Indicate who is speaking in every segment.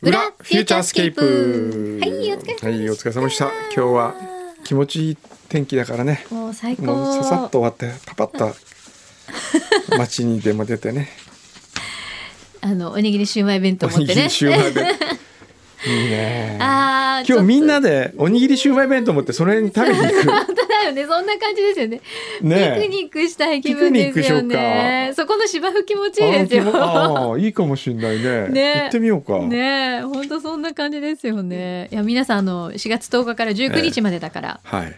Speaker 1: フューチャースケープ
Speaker 2: はいお疲れ様でした
Speaker 1: はいお疲れ様でした今日は気持ちいい天気だからね
Speaker 2: もう最高
Speaker 1: もうささっと終わってパパッ と街にでも出てね
Speaker 2: あのおにぎりシューマイ弁当持
Speaker 1: お
Speaker 2: っ
Speaker 1: に
Speaker 2: て
Speaker 1: ぎ
Speaker 2: ね
Speaker 1: りシューマイ 弁当いいね
Speaker 2: あーちょ
Speaker 1: 今日
Speaker 2: っと
Speaker 1: みんなでおにぎりシューマイ弁当持ってそれに食べ に行
Speaker 2: 本当だよねそんな感じですよね
Speaker 1: くね
Speaker 2: ピクニックしたい気分ですよ
Speaker 1: ピクニッ
Speaker 2: ねそこの芝生気持ちいい
Speaker 1: え
Speaker 2: ですよ
Speaker 1: あーいいかもしれないね
Speaker 2: ね
Speaker 1: 行ってみようか、
Speaker 2: ねえ本当そんな感じですよねいや皆さんあの4月10日から19日までだから、
Speaker 1: はい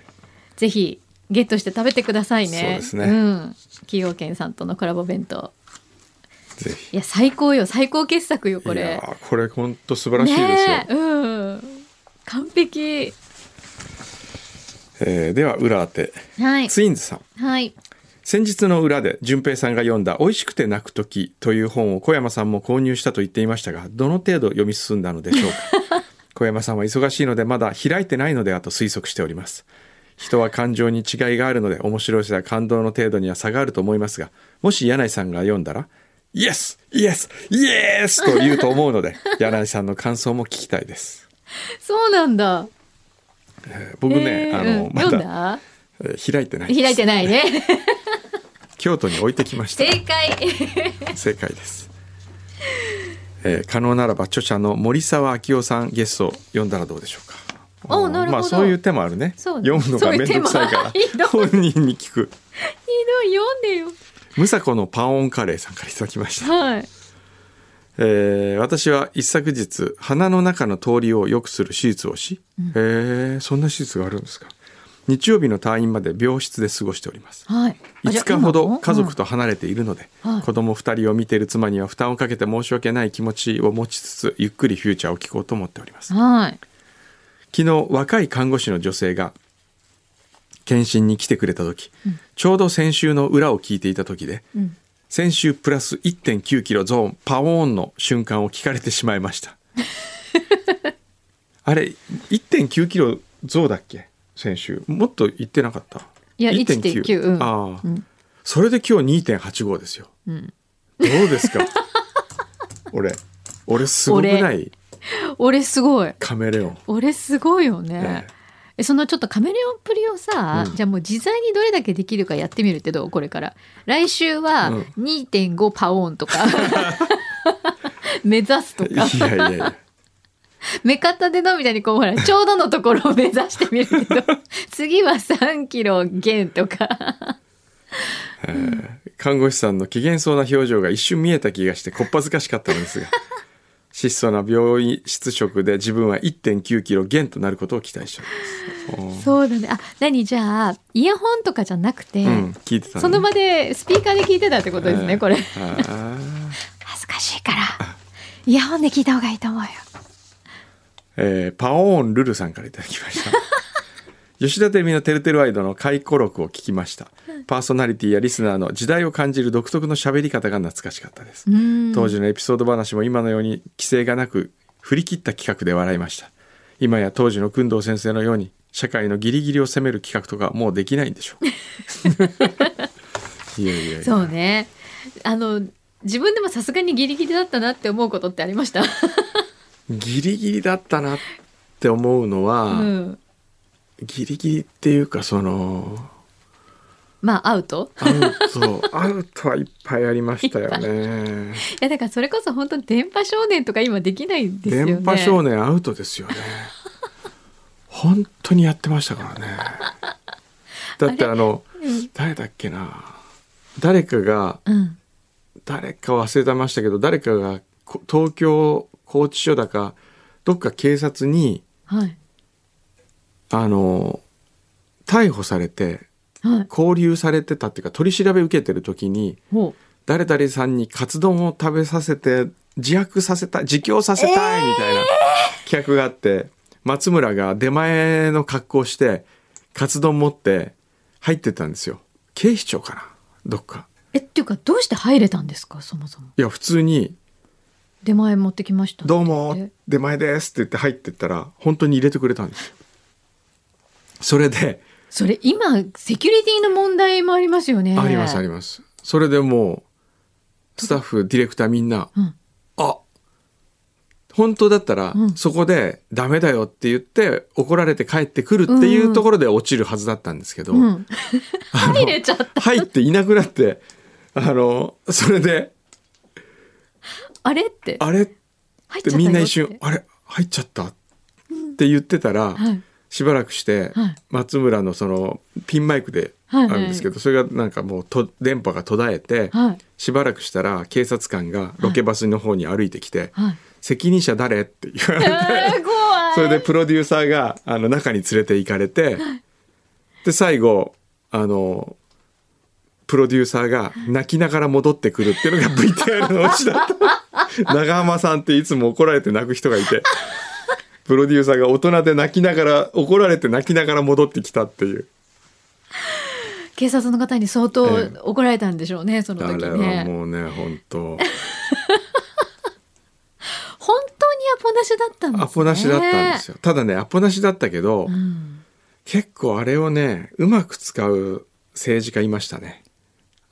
Speaker 2: ぜひゲットして食べてくださいね
Speaker 1: そうですね
Speaker 2: ん、企業圏さんとのコラボ弁当
Speaker 1: ぜひ
Speaker 2: いや最高よ最高傑作よこ
Speaker 1: い
Speaker 2: れ
Speaker 1: やーこれ本当素晴らしいですよ、
Speaker 2: ねえうん完璧
Speaker 1: えーでは裏当て
Speaker 2: はい
Speaker 1: ツインズさん
Speaker 2: はい
Speaker 1: 先日の裏で淳平さんが読んだ「美味しくて泣く時」という本を小山さんも購入したと言っていましたがどの程度読み進んだのでしょうか 小山さんは忙しいのでまだ開いてないのではと推測しております人は感情に違いがあるので面白さや感動の程度には差があると思いますがもし柳井さんが読んだら「イエスイエスイエス!」と言うと思うの で柳井さんの感想も聞きたいです、
Speaker 2: そうなんだ
Speaker 1: えー僕ね、
Speaker 2: えー
Speaker 1: あの
Speaker 2: うん
Speaker 1: ま
Speaker 2: 読ん
Speaker 1: だ
Speaker 2: だ
Speaker 1: えー開いてないです
Speaker 2: 開いてない ね
Speaker 1: 京都に置いてきました
Speaker 2: 正解
Speaker 1: 正解です、えー可能ならば著者の森沢明夫さんゲストを呼んだらどうでしょうか
Speaker 2: お
Speaker 1: うん
Speaker 2: なるほど
Speaker 1: まあそういう手もあるね
Speaker 2: そうね
Speaker 1: 読むのがめんどくさいから
Speaker 2: そういう手も
Speaker 1: 本人に聞く
Speaker 2: ひどい読んでよ
Speaker 1: ムサコのパンオンカレーさんからいただきました、
Speaker 2: はい
Speaker 1: えー私は一昨日鼻の中の通りを良くする手術をし、えーそんな手術があるんですか日曜日の退院まで病室で過ごしております
Speaker 2: はいあじゃあ
Speaker 1: 5日ほ
Speaker 2: 今
Speaker 1: ど
Speaker 2: の
Speaker 1: 家族と離れているので、
Speaker 2: うんはい
Speaker 1: 子供2人を見ている妻には負担をかけて申し訳ない気持ちを持ちつつゆっくりフューチャーを聞こうと思っております
Speaker 2: うんはい
Speaker 1: 昨日若い看護師の女性が検診に来てくれた時、ちょうど先週の裏を聞いていた時で、
Speaker 2: ん
Speaker 1: 先週プラス1 9キロゾーンパオーンの瞬間を聞かれてしまいました あれ1 9キロ増だっけ先週もっと言ってなかった
Speaker 2: いや1.9うん
Speaker 1: ああ、
Speaker 2: うん
Speaker 1: それで今日2.85ですよ
Speaker 2: うん
Speaker 1: どうです か俺俺すごくない
Speaker 2: 俺すごい
Speaker 1: カメレオン、
Speaker 2: 俺すごいよね
Speaker 1: ええ、
Speaker 2: えそのちょっとカメレオンプリをさ、
Speaker 1: うん
Speaker 2: じゃあもう自在にどれだけできるかやってみるってどうこれから来週は
Speaker 1: うん
Speaker 2: 2.5パオーン とか目指すとか
Speaker 1: いやいやいや
Speaker 2: 目方でのみたいにこうほらちょうどのところを目指してみるけ ど次は3キロ減とか
Speaker 1: えー看護師さんの機嫌そうな表情が一瞬見えた気がしてこっぱずかしかったの ですが質素な病院室食で自分は1 9キロ減となることを期待しております
Speaker 2: そうだねあ何じゃあイヤホンとかじゃなくて、
Speaker 1: おーうん聞いてたね
Speaker 2: その場でスピーカーで聞いてたってことですね、
Speaker 1: えー
Speaker 2: これ
Speaker 1: あー
Speaker 2: 恥ずかし いからイヤホンで聞いた方がいいと思うよ
Speaker 1: えーパオーンルルさんからいただきました 吉田照美の「てるてるアイド」の回顧録を聞きましたパーソナリティやリスナーの時代を感じる独特の喋り方が懐かしかったです
Speaker 2: うん
Speaker 1: 当時のエピソード話も今のように規制がなく振り切った企画で笑いました今や当時の工藤先生のように社会のギリギリを攻める企画とかもうできないんでし ょうかいやいやいや
Speaker 2: そうね。あの自分でもさすがにギリギリだったなって思うことってありました。
Speaker 1: ギリギリだったなって思うの
Speaker 2: う
Speaker 1: は、
Speaker 2: ん。
Speaker 1: ギリギリっていうかその
Speaker 2: まあアウト。
Speaker 1: アウトアウトはいっぱいありましたよね
Speaker 2: いやだからそれこそ本当に電波少年とか今できないですよね。
Speaker 1: 電波少年アウトです よね本当にやってましたからねだってあの
Speaker 2: 年。
Speaker 1: 誰だっけな誰かが
Speaker 2: うん。
Speaker 1: 誰か忘れてましたけど誰かがこ東京拘置所だかどっか警察に
Speaker 2: はい
Speaker 1: あの逮捕されて
Speaker 2: はい。
Speaker 1: 拘留されてたっていうか取り調べ受けてる時に
Speaker 2: ほ
Speaker 1: 誰々さんにカツ丼を食べさせて自白させた自供させたいみたいな企画があって、松村が出前の格好をしてカツ丼持って入ってったんですよ警視庁かなどっか
Speaker 2: う。えっていうかどうして入れたんですかそもそも。
Speaker 1: いや普通に
Speaker 2: 出前持ってきまし
Speaker 1: 「
Speaker 2: たって
Speaker 1: どう
Speaker 2: 言って。
Speaker 1: も出前です」って言って入ってったら本当に入れてくれたんですよそれで
Speaker 2: それ今セキュリティの問題もありますよね。
Speaker 1: ありますありますそれでもうスタッフディレクターみんな
Speaker 2: うん。
Speaker 1: あ本当だったら、
Speaker 2: うん
Speaker 1: そこでダメだよって言って怒られて帰ってくるっていうところで落ちるはずだったんですけど、
Speaker 2: うん。
Speaker 1: あの
Speaker 2: 入れちゃった。
Speaker 1: 入っていなくなってあのそれで
Speaker 2: あれって。
Speaker 1: あれっ
Speaker 2: 入っち
Speaker 1: て
Speaker 2: ゃったよって
Speaker 1: みんな一瞬あれ入っちゃったって言ってたら、
Speaker 2: はい。
Speaker 1: しばらくして
Speaker 2: はい
Speaker 1: 松村のそのピンマイクであ
Speaker 2: はいはい
Speaker 1: るんですけど、それがなんかもうと電波が途絶えて、
Speaker 2: はい。
Speaker 1: しばらくしたら警察官がロケバスの方に歩いてきて「
Speaker 2: はい。
Speaker 1: 責任者誰?」って言われて、
Speaker 2: えー怖 い。
Speaker 1: それでプロデューサーがあの中に連れて行かれてで最後あのプロデューサーが泣きながら戻ってくるっていうのが VTR のオチだった長浜さんっていつも怒られて泣く人がいてプロデューサーが大人で泣きながら怒られて泣きながら戻ってきたっていう
Speaker 2: 警察の方に相当
Speaker 1: ええ
Speaker 2: 怒られたんでしょうね、その
Speaker 1: あ
Speaker 2: 時
Speaker 1: れは
Speaker 2: ね。
Speaker 1: もうね本当
Speaker 2: 本当にアポなしだったんですね。
Speaker 1: アポなしだったんです
Speaker 2: よ。
Speaker 1: よただねアポなしだったけど
Speaker 2: うん、
Speaker 1: 結構あれをねうまく使う政治家いましたね。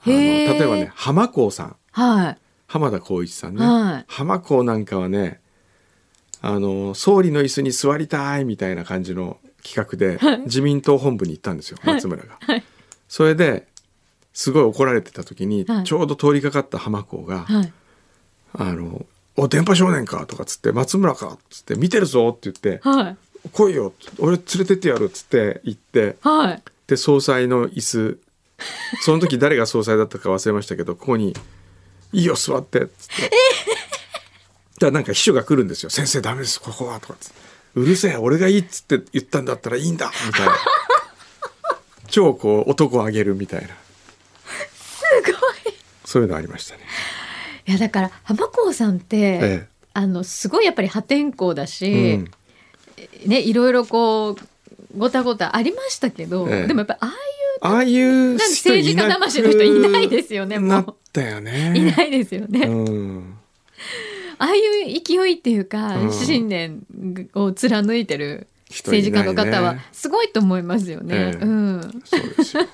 Speaker 1: あの
Speaker 2: へー
Speaker 1: 例えばね浜光さん
Speaker 2: はい。
Speaker 1: 浜田光一さんね、
Speaker 2: はい
Speaker 1: 浜光なんかはねあの総理の椅子に座りたいみたいな感じの企画で、自民党本部に行ったんですよ松村が。それですごい怒られてた時に、
Speaker 2: はい
Speaker 1: ちょうど通りかかった浜光が「
Speaker 2: はい。
Speaker 1: あのお電波少年か」とかつって「松村か」つって「見てるぞ」って言って
Speaker 2: はい。
Speaker 1: 「来いよ俺連れてってやる」っつって行って
Speaker 2: はい。
Speaker 1: で総裁の椅子その時誰が総裁だったか忘れましたけどここに「いいよ座って」っつって。だからなんか秘書が来るんですよ「先生ダメですここは」とかっつってうるせえ俺がいい」っつって言ったんだったらいいんだみたいな超こう男をあげるみたいな
Speaker 2: すごい。
Speaker 1: そういうのありましたね。
Speaker 2: いやだから浜子さんって、
Speaker 1: ええ
Speaker 2: あのすごいやっぱり破天荒だし、
Speaker 1: うん
Speaker 2: ねいろいろこうごたごたありましたけど、
Speaker 1: ええ
Speaker 2: でもやっぱりああい
Speaker 1: ああいう
Speaker 2: なんか
Speaker 1: 人いなく
Speaker 2: 政治家魂の人いないですよねもう
Speaker 1: なったよ
Speaker 2: うい
Speaker 1: ね。
Speaker 2: ないですよね、
Speaker 1: うん、
Speaker 2: ああいう勢いっていうか、
Speaker 1: うん
Speaker 2: 信念を貫いてる
Speaker 1: 人いないね
Speaker 2: 政治家の方はすごいと思いますよね。
Speaker 1: ええ
Speaker 2: うん、
Speaker 1: そうですよ。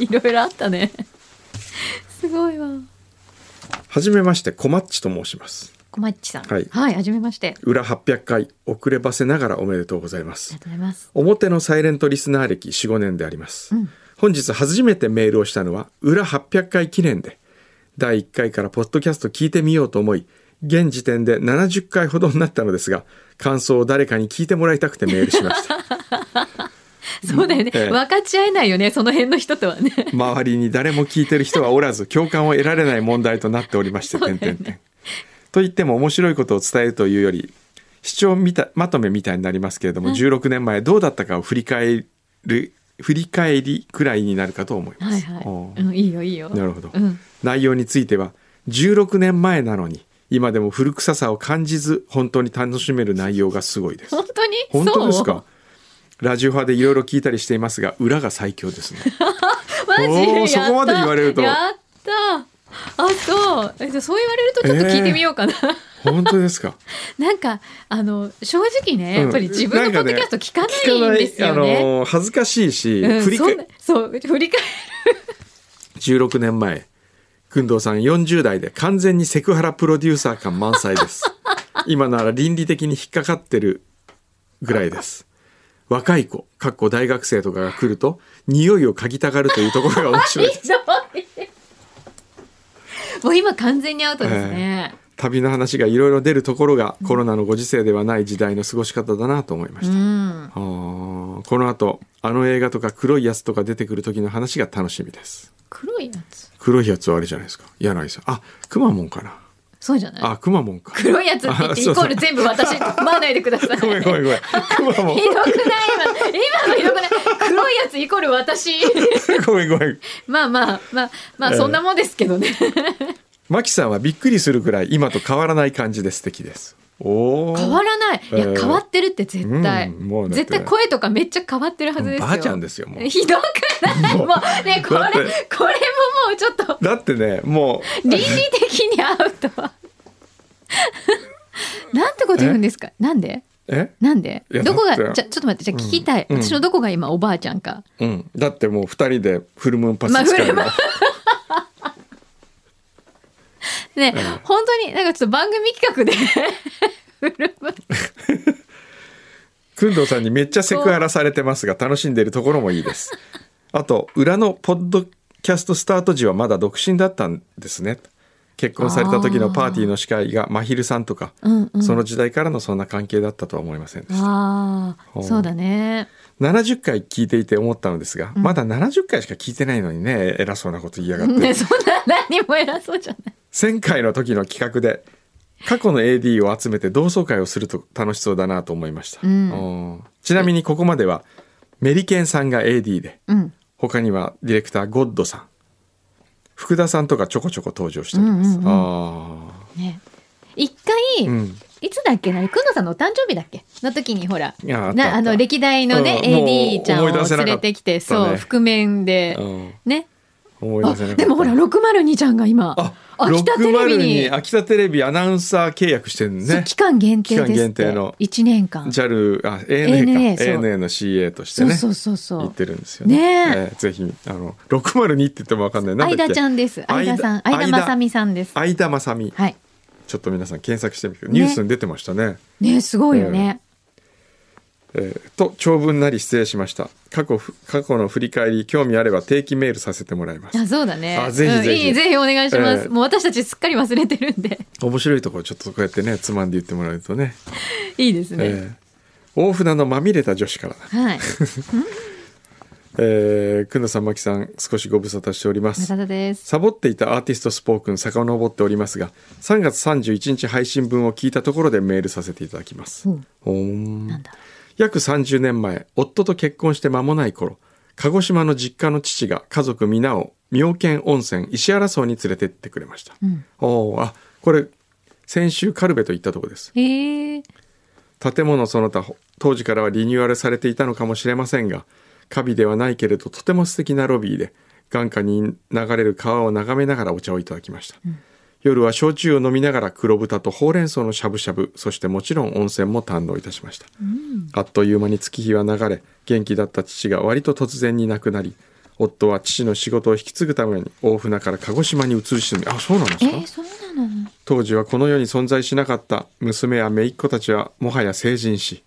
Speaker 2: いろいろあったね。すごいわ。
Speaker 1: はじめまして、こまっちと申します。
Speaker 2: こまっちさん。
Speaker 1: はい
Speaker 2: はい、はじめまして。あ
Speaker 1: 裏800回、遅ればせながらおめでとうございま
Speaker 2: り
Speaker 1: す
Speaker 2: が。とうございます。
Speaker 1: 表のサイレントリスナー歴4、5年であります。
Speaker 2: うん
Speaker 1: 本日初めてメールをしたのは、裏800回記念で、第1回からポッドキャスト聞いてみようと思い、現時点で70回ほどになったのですが、感想を誰かに聞いてもらいたくてメールしました。
Speaker 2: そうだよね、
Speaker 1: ええ
Speaker 2: 分かち合えないよね、その辺の人とはね。
Speaker 1: 周りに誰も聞いてる人はおらず共感を得られない問題となっておりまして、点々点と言っても面白いことを伝えるというより視聴みたまとめみたいになりますけれども、16年前どうだったかを振り返る振り返りくらいになるかと思いま
Speaker 2: はい
Speaker 1: す。
Speaker 2: はい。
Speaker 1: お
Speaker 2: う
Speaker 1: ー
Speaker 2: ん、いいよいいよ。
Speaker 1: なるほど、
Speaker 2: うん。
Speaker 1: 内容については16年前なのに今でも古臭さを感じず本当に楽しめる内容がすごい です。
Speaker 2: 本当に
Speaker 1: 本当です
Speaker 2: そ
Speaker 1: かラジオ派でいろいろ聞いたりしていますが裏が最強ですね。
Speaker 2: うマジ
Speaker 1: おー
Speaker 2: やった
Speaker 1: そこまで言われると
Speaker 2: やったあ、そう。えじゃあそう言われるとちょっと聞いてみようかな。
Speaker 1: 本当ですか
Speaker 2: なんか、あの、正直ね、
Speaker 1: うん
Speaker 2: やっぱり自分のポッドキャスト聞かないんですよ
Speaker 1: 聞かないあ
Speaker 2: ね。
Speaker 1: のー恥ずかしいし、
Speaker 2: うん
Speaker 1: 振りか
Speaker 2: そんなそう、振り返る。
Speaker 1: 16年前工藤さん40代で完全にセクハラプロデューサー感満載です 今なら倫理的に引っかかってるぐらいです若い子かっこ大学生とかが来ると匂いを嗅ぎたがるというところが面 白いです
Speaker 2: もう今完全にアウトですね。
Speaker 1: 旅の話がいろいろ出るところがコロナのご時世ではない時代の過ごし方だなと思いました、
Speaker 2: うん。
Speaker 1: あーこの後あの映画とか黒いやつとか出てくる時の話が楽しみです
Speaker 2: 黒いやつ。
Speaker 1: 黒いやつはあれじゃないですか柳井さんあくまモンかな
Speaker 2: そうじゃない
Speaker 1: あくまモンか
Speaker 2: 黒いやつって言って
Speaker 1: あ
Speaker 2: イ
Speaker 1: そ
Speaker 2: コ
Speaker 1: うそう
Speaker 2: ール全部私って思わないでください。
Speaker 1: ごめんごめんごめんくまモ
Speaker 2: ひどくない今の今のひどくない黒いやつイコール私
Speaker 1: ンごめんごめん
Speaker 2: まあまあまあまあそんなもんですけどね、
Speaker 1: マキさんはびっくりするくらい今と変わらない感じで素敵ですおお
Speaker 2: 変わらないいや、
Speaker 1: えー
Speaker 2: 変わってるって絶対、
Speaker 1: うんもうだって
Speaker 2: 絶対声とかめっちゃ変わってるはずですよ
Speaker 1: ばあちゃんですよもう
Speaker 2: ひどくないも
Speaker 1: も
Speaker 2: う
Speaker 1: う
Speaker 2: ねこれこ
Speaker 1: だ
Speaker 2: れも
Speaker 1: って
Speaker 2: もうちょっと
Speaker 1: だってねも
Speaker 2: 倫理的にアウト なんてこと言うんですかなんで
Speaker 1: うえ
Speaker 2: なんで
Speaker 1: いや
Speaker 2: どこがじ
Speaker 1: だ
Speaker 2: ゃ
Speaker 1: って
Speaker 2: ちょっと待ってじゃあ聞きたい、
Speaker 1: うん
Speaker 2: 私のどこが今おばあちゃんか
Speaker 1: うんだってもう二人でフルムーンパス
Speaker 2: まあ
Speaker 1: 使えば、
Speaker 2: フルムーね、本当になんかちょっと番組企画で 古本
Speaker 1: くんどうさんにめっちゃセクハラされてますが楽しんでるところもいいですあと裏のポッドキャストスタート時はまだ独身だったんですね結婚された時のパーティーの司会がまひるさんとか、
Speaker 2: うんうん
Speaker 1: その時代からのそんな関係だったとは思いませんでした
Speaker 2: あ
Speaker 1: ほう
Speaker 2: あそうだね
Speaker 1: 70回聞いていて思ったのですが、まだ70回しか聞いてないのにね偉そうなこと言いやがって
Speaker 2: ねそんな何も偉そうじゃない
Speaker 1: 1000回の時の企画で過去の AD を集めて同窓会をすると楽しそうだなと思いました、
Speaker 2: うん
Speaker 1: おーちなみにここまではメリケンさんが AD で
Speaker 2: うん
Speaker 1: 他にはディレクターゴッドさん福田さんとかちょこちょこ登場しております、
Speaker 2: うんうんう
Speaker 1: あ
Speaker 2: んね一回、
Speaker 1: ーうん
Speaker 2: いつだっけな、くんのさんのお誕生日だっけの時にほら、
Speaker 1: いやあったあった
Speaker 2: なあの歴代のね、
Speaker 1: うんもう
Speaker 2: AD ちゃん
Speaker 1: 思い出
Speaker 2: を
Speaker 1: せなか
Speaker 2: 連
Speaker 1: った
Speaker 2: れてきて、
Speaker 1: ね
Speaker 2: そう、覆面で
Speaker 1: う、ん
Speaker 2: ね。
Speaker 1: 思い
Speaker 2: あ
Speaker 1: 出せなかった
Speaker 2: でもほら、602ちゃんが今、
Speaker 1: あ
Speaker 2: 秋田テレビ
Speaker 1: 602
Speaker 2: に、
Speaker 1: 秋田テレビアナウンサー契約してる
Speaker 2: そう
Speaker 1: ね
Speaker 2: 期間限定
Speaker 1: 期間
Speaker 2: ですっ
Speaker 1: 限定
Speaker 2: て
Speaker 1: の、
Speaker 2: 1年間。
Speaker 1: JAL あ ANA か
Speaker 2: ANA そう
Speaker 1: ANA の CA として
Speaker 2: そう
Speaker 1: ね
Speaker 2: そうそうそ
Speaker 1: 言っ
Speaker 2: う。
Speaker 1: てるんですよね。
Speaker 2: ね
Speaker 1: えーぜひあの六マル二って言ってもわかんないなん
Speaker 2: 相
Speaker 1: だっ
Speaker 2: 田
Speaker 1: け。
Speaker 2: ちゃんです。相田さん、
Speaker 1: 相田
Speaker 2: 相田正美さんです。
Speaker 1: 相田正美。
Speaker 2: はい。
Speaker 1: ちょっと皆さん検索してみて、
Speaker 2: ね
Speaker 1: ニュースに出てましたね。
Speaker 2: ね、すごいよね。
Speaker 1: えーと長文なり失礼しました。過去ふ過去の振り返り興味あれば定期メールさせてもらいます。
Speaker 2: あ、そうだね。
Speaker 1: あぜひぜひ
Speaker 2: うんいいぜひお願いしま
Speaker 1: ええ
Speaker 2: す。もう私たちすっかり忘れてるんで、
Speaker 1: 面白いところちょっとこうやってねつまんで言ってもらえるとね。
Speaker 2: いいですね。
Speaker 1: えー大船のまみれた女子から、
Speaker 2: はい。
Speaker 1: えー、くんのさんまきさん少しご無沙汰しておりま
Speaker 2: 無
Speaker 1: す
Speaker 2: 沙汰です。
Speaker 1: サボっていたアーティストスポークン遡っておりますが3月31日配信分を聞いたところでメールさせていただきます、
Speaker 2: うん
Speaker 1: ほーん
Speaker 2: なんだ。
Speaker 1: 約30年前夫と結婚して間もない頃鹿児島の実家の父が家族皆を妙見温泉石原荘に連れてってくれました、
Speaker 2: うん。
Speaker 1: おーあこれ先週カルベと行ったとこです
Speaker 2: へえ。
Speaker 1: 建物その他当時からはリニューアルされていたのかもしれませんがカビではないけれどとても素敵なロビーで眼下に流れる川を眺めながらお茶をいただきました、夜は焼酎を飲みながら黒豚とほうれん草のしゃぶしゃぶそしてもちろん温泉も堪能いたしました、あっという間に月日は流れ元気だった父が割と突然に亡くなり夫は父の仕事を引き継ぐために大船から鹿児島に移り住みあそうなんですか
Speaker 2: えー、そうなの
Speaker 1: 当時はこの世に存在しなかった娘や姪っ子たちはもはや成人し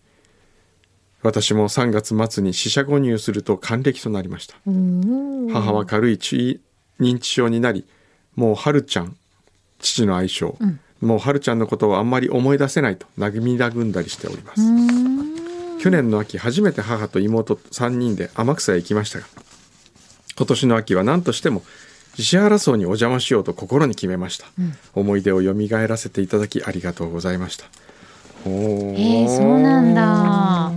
Speaker 1: 私も3月末に死者誤入すると還暦となりました
Speaker 2: うん
Speaker 1: 母は軽い注意認知症になりもう春ちゃん父の愛称、
Speaker 2: うん
Speaker 1: もう春ちゃんのことをあんまり思い出せないと涙ぐんだりしております、去年の秋初めて母と妹3人で天草へ行きましたが今年の秋は何としても石原荘にお邪魔しようと心に決めました、思い出を蘇らせていただきありがとうございましたおー
Speaker 2: えー、そうなんだ。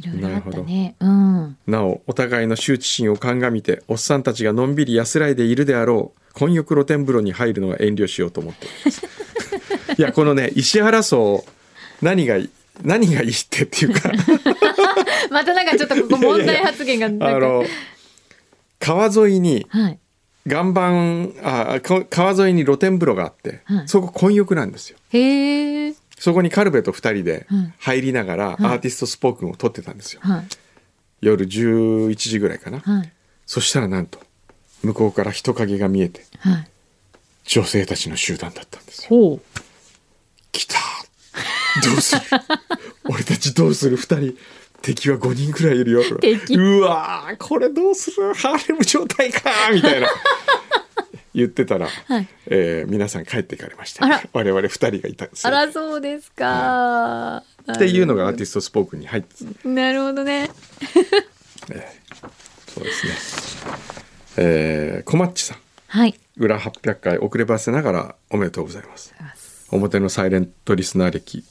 Speaker 2: い ろいろあったね。うん。
Speaker 1: なおお互いの羞恥心を鑑みておっさんたちがのんびり安らいでいるであろう混浴露天風呂に入るのは遠慮しようと思っております いやこのね石原荘何がいい何がいいってって いうか
Speaker 2: またなんかちょっとここ問題発言が
Speaker 1: あ
Speaker 2: なんか。
Speaker 1: の川沿いに
Speaker 2: はい。
Speaker 1: 岩盤あか川沿いに露天風呂があって、
Speaker 2: はい
Speaker 1: そこ混浴なんですよ
Speaker 2: へえ。
Speaker 1: そこにカルベと2人で
Speaker 2: はい
Speaker 1: 入りながらア
Speaker 2: い
Speaker 1: ーティストスポークンを撮ってたんですよ、
Speaker 2: はい。
Speaker 1: 夜11時ぐらいかな、
Speaker 2: はい。
Speaker 1: そしたらなんと向こうから人影が見えて
Speaker 2: はい。
Speaker 1: 女性たちの集団だったんですよ
Speaker 2: ほう。
Speaker 1: 来たどうす る俺たちどうする2人敵は5人くらいいるよ
Speaker 2: 敵
Speaker 1: うわーこれどうするハーレム状態かーみたいな言ってたら、
Speaker 2: はい
Speaker 1: えー皆さん帰っていかれました
Speaker 2: あら
Speaker 1: 我々2人がいたんです
Speaker 2: あ
Speaker 1: よ
Speaker 2: ら、そうですか。
Speaker 1: っていうのがアーティストスポークに入って
Speaker 2: なるほどね。
Speaker 1: そうですねえー、コマッチさん
Speaker 2: はい。
Speaker 1: 裏800回遅ればせながらおめでとうございます表のサイレントリスナー歴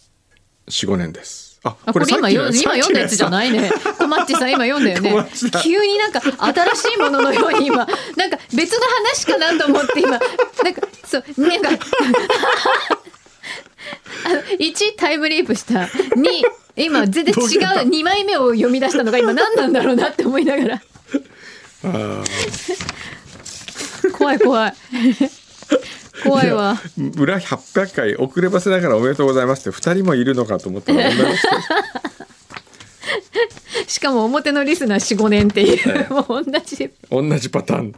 Speaker 1: 45年ですあ
Speaker 2: あこれ今よ今読んだやつじゃ
Speaker 1: い
Speaker 2: ないね。コマッチさん今読んだよ
Speaker 1: コマ
Speaker 2: ね
Speaker 1: ッチさん。
Speaker 2: 急になんか新しいもののように今なんか別の話かなと思って今なんかそうなんかあの一タイムリープした二今全然
Speaker 1: どういうこ
Speaker 2: 違
Speaker 1: と
Speaker 2: う二枚目を読み出したのが今何なんだろうなって思いながら
Speaker 1: あ
Speaker 2: 怖い怖い怖いわ。
Speaker 1: ー 裏800回遅ればせながらおめでとうございますって2人もいるのかと思ったら
Speaker 2: しかも表のリスナー四五年っていうもう同じ。
Speaker 1: 同じパターン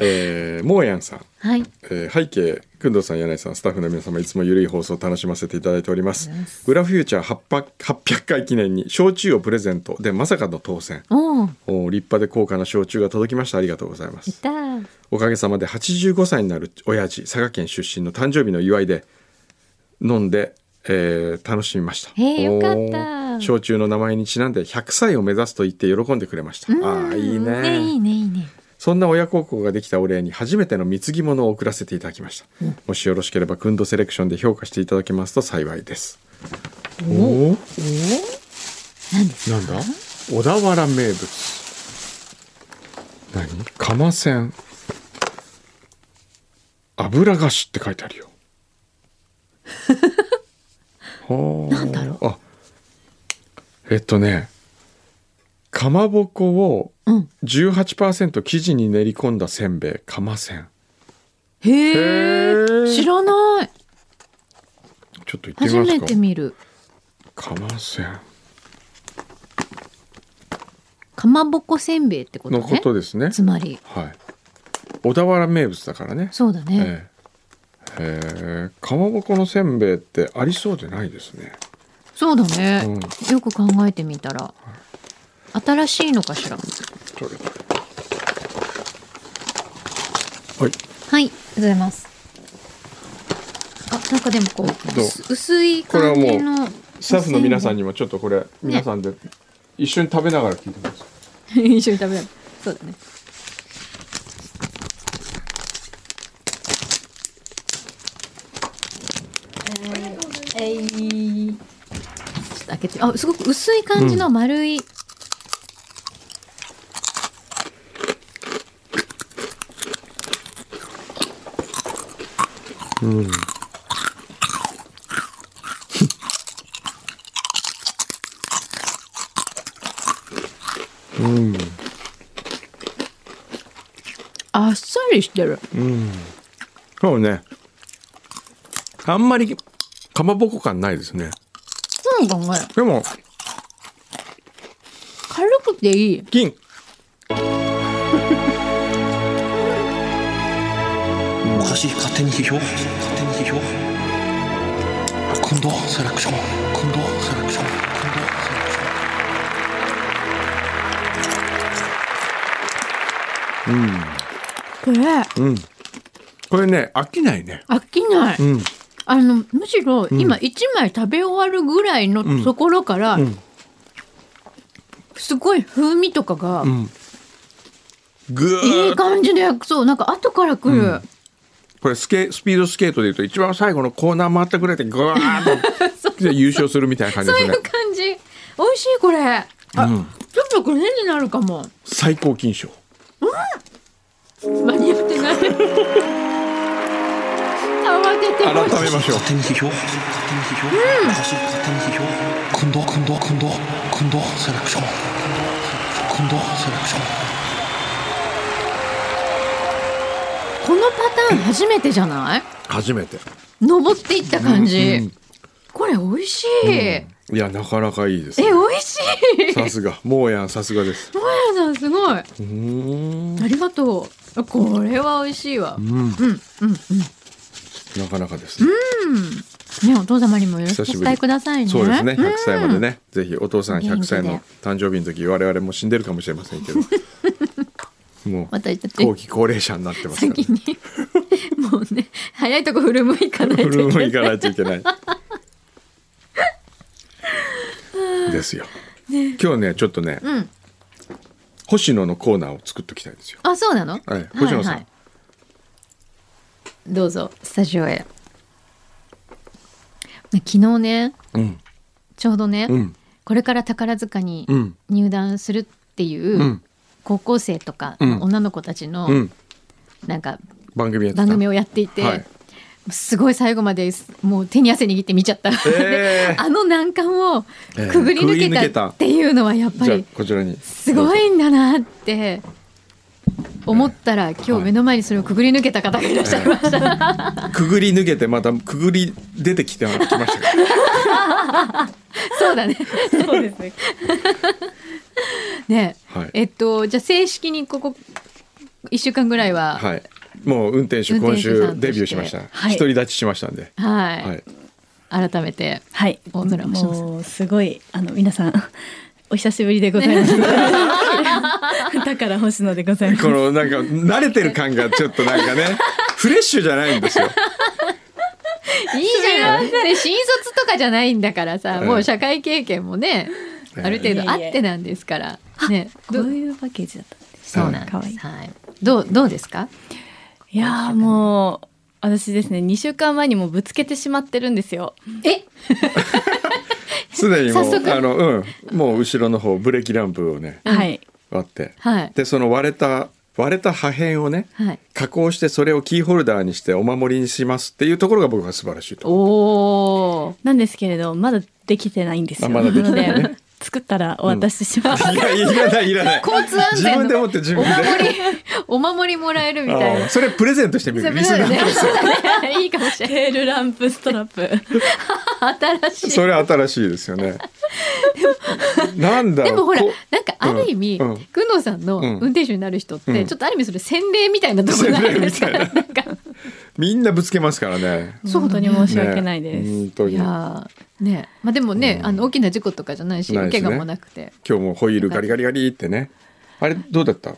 Speaker 1: えー、モーヤンさん、
Speaker 2: はい。
Speaker 1: えー背景くんどうさん、柳井さん、スタッフの皆様、いつもゆるい放送を楽しませていただいております。裏フューチャー800回記念に、焼酎をプレゼントで、まさかの当選。
Speaker 2: おお、
Speaker 1: お立派で高価な焼酎が届きました。ありがとうございま
Speaker 2: い
Speaker 1: す。
Speaker 2: たー。
Speaker 1: おかげさまで85歳になる親父、佐賀県出身の誕生日の祝いで、飲んで、えー楽しみました。
Speaker 2: へーよかった
Speaker 1: おー焼酎の名前にちなんで、100歳を目指すと言って喜んでくれました。ああ、いいね。
Speaker 2: いいね、いいね。
Speaker 1: そんな親孝行ができたお礼に初めての貢ぎ物を送らせていただきました、もしよろしければくんどセレクションで評価していただけますと幸いですおおなんだ小田原名物何釜煎油菓子って書いてあ るよはあ
Speaker 2: なんだろう
Speaker 1: あえっとねかまぼこを
Speaker 2: うん。
Speaker 1: 18%生地に練り込んだせんべい釜せん
Speaker 2: へ
Speaker 1: へー
Speaker 2: え。知らない。
Speaker 1: ちょっと行ってみ
Speaker 2: 初
Speaker 1: ま
Speaker 2: め
Speaker 1: すか
Speaker 2: て見る。
Speaker 1: 釜せん
Speaker 2: かまぼこせんべいってこと
Speaker 1: のこ
Speaker 2: ね。
Speaker 1: とですね
Speaker 2: つまり。
Speaker 1: はい小田原名物だからね
Speaker 2: そうだね。
Speaker 1: ええへえかまぼこのせんべいってありそうでないですね
Speaker 2: そうだね
Speaker 1: うん。
Speaker 2: よく考えてみたら。新しいのかしら。
Speaker 1: どれどれはい
Speaker 2: はい、ありがとうございます。あ、なんかでもこう、
Speaker 1: どう
Speaker 2: 薄薄い
Speaker 1: これは
Speaker 2: 感じ
Speaker 1: も
Speaker 2: の。
Speaker 1: スタッフの皆さん
Speaker 2: に。
Speaker 1: にもちょっとこれ皆さんで一緒に食べながら聞いてます
Speaker 2: 一緒に食べよう。そうだね。えー、えい。ちょっと開けて、あ、すごく薄い感じの丸い。あっさりしてる。
Speaker 1: そうねあんまりかまぼこ感ないですね
Speaker 2: そうかこれ。
Speaker 1: でも
Speaker 2: 軽くていい。
Speaker 1: 金。
Speaker 3: おかしい勝手に批評勝手に批評今度セレクション今度セレクション今度セレクション
Speaker 2: これ、
Speaker 1: うん。これね、飽きないね。
Speaker 2: 飽きない。
Speaker 1: うん。
Speaker 2: あのむしろ今一枚食べ終わるぐらいのところから、
Speaker 1: うん
Speaker 2: すごい風味とかが
Speaker 1: んぐ
Speaker 2: い
Speaker 1: ー
Speaker 2: い
Speaker 1: っと
Speaker 2: 感じでそうなんか後から来る、
Speaker 1: これスケ、スピードスケートでいうと、一番最後のコーナー回ってくれて、ぐわーっ とで優勝するみたいな感じ
Speaker 2: そ
Speaker 1: で
Speaker 2: うい
Speaker 1: す
Speaker 2: う
Speaker 1: ね
Speaker 2: 感。じ美味しいこれあ、
Speaker 1: うん
Speaker 2: ちょっとこれになるかも
Speaker 1: 最高金賞。
Speaker 2: 間に合ってない慌てて
Speaker 1: 改
Speaker 2: ほしい
Speaker 1: めましょう。
Speaker 3: 勝手に批評勝手に批評おかしい勝手に批評今度今度今度今度セレクション今度セレクション
Speaker 2: このパターン初めてじゃない
Speaker 1: 初めて。
Speaker 2: 登っていった感じ、これ美味しい、え
Speaker 1: いや、なかなかいいです
Speaker 2: 美
Speaker 1: ね。
Speaker 2: 味しい
Speaker 1: さすが。もうやん、さすがです。
Speaker 2: もやさんすごい
Speaker 1: うん。
Speaker 2: ありがとう。これは美味しいわ。ね、
Speaker 1: なかなかですね。
Speaker 2: お父様にもよろしくお伝えくださいね。
Speaker 1: そうですね。
Speaker 2: ん
Speaker 1: 100歳までね。ぜひ、お父さん
Speaker 2: 元気
Speaker 1: 100
Speaker 2: で
Speaker 1: 歳の誕生日の時、我々も死んでるかもしれません けど。もう、
Speaker 2: 私たち
Speaker 1: 後。期高齢者になってますからね
Speaker 2: 先。に。 もうね、早いとこ古むいかないとい
Speaker 1: フル
Speaker 2: け
Speaker 1: も
Speaker 2: ない。
Speaker 1: 行かないといけ ない。ですよ。今日ねちょっとね、
Speaker 2: うん
Speaker 1: 星野のコーナーを作っときたいんですよ。
Speaker 2: あ、そうなの。
Speaker 1: はい、星野さん、
Speaker 2: はいどうぞ、スタジオへ。昨日ね、
Speaker 1: うん
Speaker 2: ちょうどね、
Speaker 1: うん
Speaker 2: これから宝塚に
Speaker 1: うん
Speaker 2: 入団するっていう、
Speaker 1: うん
Speaker 2: 高校生とか、
Speaker 1: うん
Speaker 2: 女の子たちの、
Speaker 1: うん
Speaker 2: なんか
Speaker 1: 番組やってた
Speaker 2: 番組をやっていて、
Speaker 1: はい
Speaker 2: すごい最後まですもう手に汗握って見ちゃった、
Speaker 1: えー
Speaker 2: あの難関をくぐり
Speaker 1: えーくぐり抜
Speaker 2: 抜
Speaker 1: け
Speaker 2: け
Speaker 1: た
Speaker 2: たっていうのはやっぱ
Speaker 1: じゃあ
Speaker 2: り
Speaker 1: こちらに
Speaker 2: すごいんだなって思ったら今日目の前にそれをくぐり抜けた方がいらっしゃいました、
Speaker 1: くぐり抜けてまたくぐり出てきてきましたけど
Speaker 2: そうだねそうですねねえ、
Speaker 1: はい
Speaker 2: えっとじゃあ正式にここ1週間ぐらいは
Speaker 1: はいもう運転手
Speaker 2: 運
Speaker 1: 今
Speaker 2: 転手さ
Speaker 1: 週
Speaker 2: んとして
Speaker 1: デビューしました
Speaker 2: はい
Speaker 1: 独り立ちしましたんで
Speaker 2: はい、
Speaker 1: はい
Speaker 2: 改めて
Speaker 4: はい、
Speaker 2: 大空もします
Speaker 4: もうすごいあの皆さんお久しぶりでござい ます。だから星野でございます。
Speaker 1: このなんか慣れてる感がちょっとなんかねフレッシュじゃないんですよ
Speaker 2: いいじゃんで新卒とかじゃないんだからさ、
Speaker 1: ええ
Speaker 2: もう社会経験もね、
Speaker 1: ええ
Speaker 2: ある程度あってなんですから、ね
Speaker 4: こ
Speaker 2: ど
Speaker 4: ういうパッケージだったんです。
Speaker 2: そうなんです、
Speaker 4: 可愛い
Speaker 2: はい、どうどうですか
Speaker 4: いやーもう私ですね2週間前にもぶつけてしまってるんですよ。
Speaker 2: え
Speaker 1: すでにも
Speaker 2: 早
Speaker 1: う
Speaker 2: 速
Speaker 1: あの、うん、もう後ろの方ブレーキランプをね
Speaker 4: はい。
Speaker 1: 割って
Speaker 2: はい
Speaker 1: でその割れた割れた破片をね
Speaker 2: はい
Speaker 1: 加工してそれをキーホルダーにしてお守りにしますっていうところが僕は素晴らしいと。
Speaker 2: おー
Speaker 4: なんですけれどまだできてないんですよ。
Speaker 1: あまだできてないね
Speaker 4: なので作ったらお渡しします。
Speaker 1: いやいらないいら ない。
Speaker 2: 交通安
Speaker 1: 自
Speaker 2: 全
Speaker 1: 分で
Speaker 2: の
Speaker 1: 持って自
Speaker 2: お
Speaker 1: 分で。
Speaker 2: 守りお守りもらえるみたい
Speaker 1: あー
Speaker 2: な
Speaker 1: それプレゼントしてみ
Speaker 2: そ
Speaker 1: る。
Speaker 2: う
Speaker 1: リスナー
Speaker 2: ねそう だねいいかもしれない
Speaker 4: テールランプストラップ。
Speaker 2: 新しい
Speaker 1: それ新しいですよね。なんだろ
Speaker 2: で
Speaker 1: う。
Speaker 2: もほら
Speaker 1: こ
Speaker 2: なんかある意味、
Speaker 1: うんうん
Speaker 2: 軍藤さんの
Speaker 1: うん
Speaker 2: 運転手になる人って、
Speaker 1: うん
Speaker 2: ちょっとある意味それ洗礼みたいなところないですか
Speaker 1: 洗礼
Speaker 2: ら
Speaker 1: み
Speaker 2: なんか
Speaker 1: みんなぶつけますからね。
Speaker 2: そう
Speaker 4: 本当に申し訳
Speaker 1: ね
Speaker 4: ないです。
Speaker 1: 本当
Speaker 2: い
Speaker 1: に。
Speaker 2: や
Speaker 1: 今
Speaker 2: ーねまあでもね、
Speaker 1: うん
Speaker 2: あの大きな事故とかじゃないし
Speaker 1: ないですね
Speaker 2: 怪我もなくて
Speaker 1: 日もホイールガリガリガリってね。あれどうだった？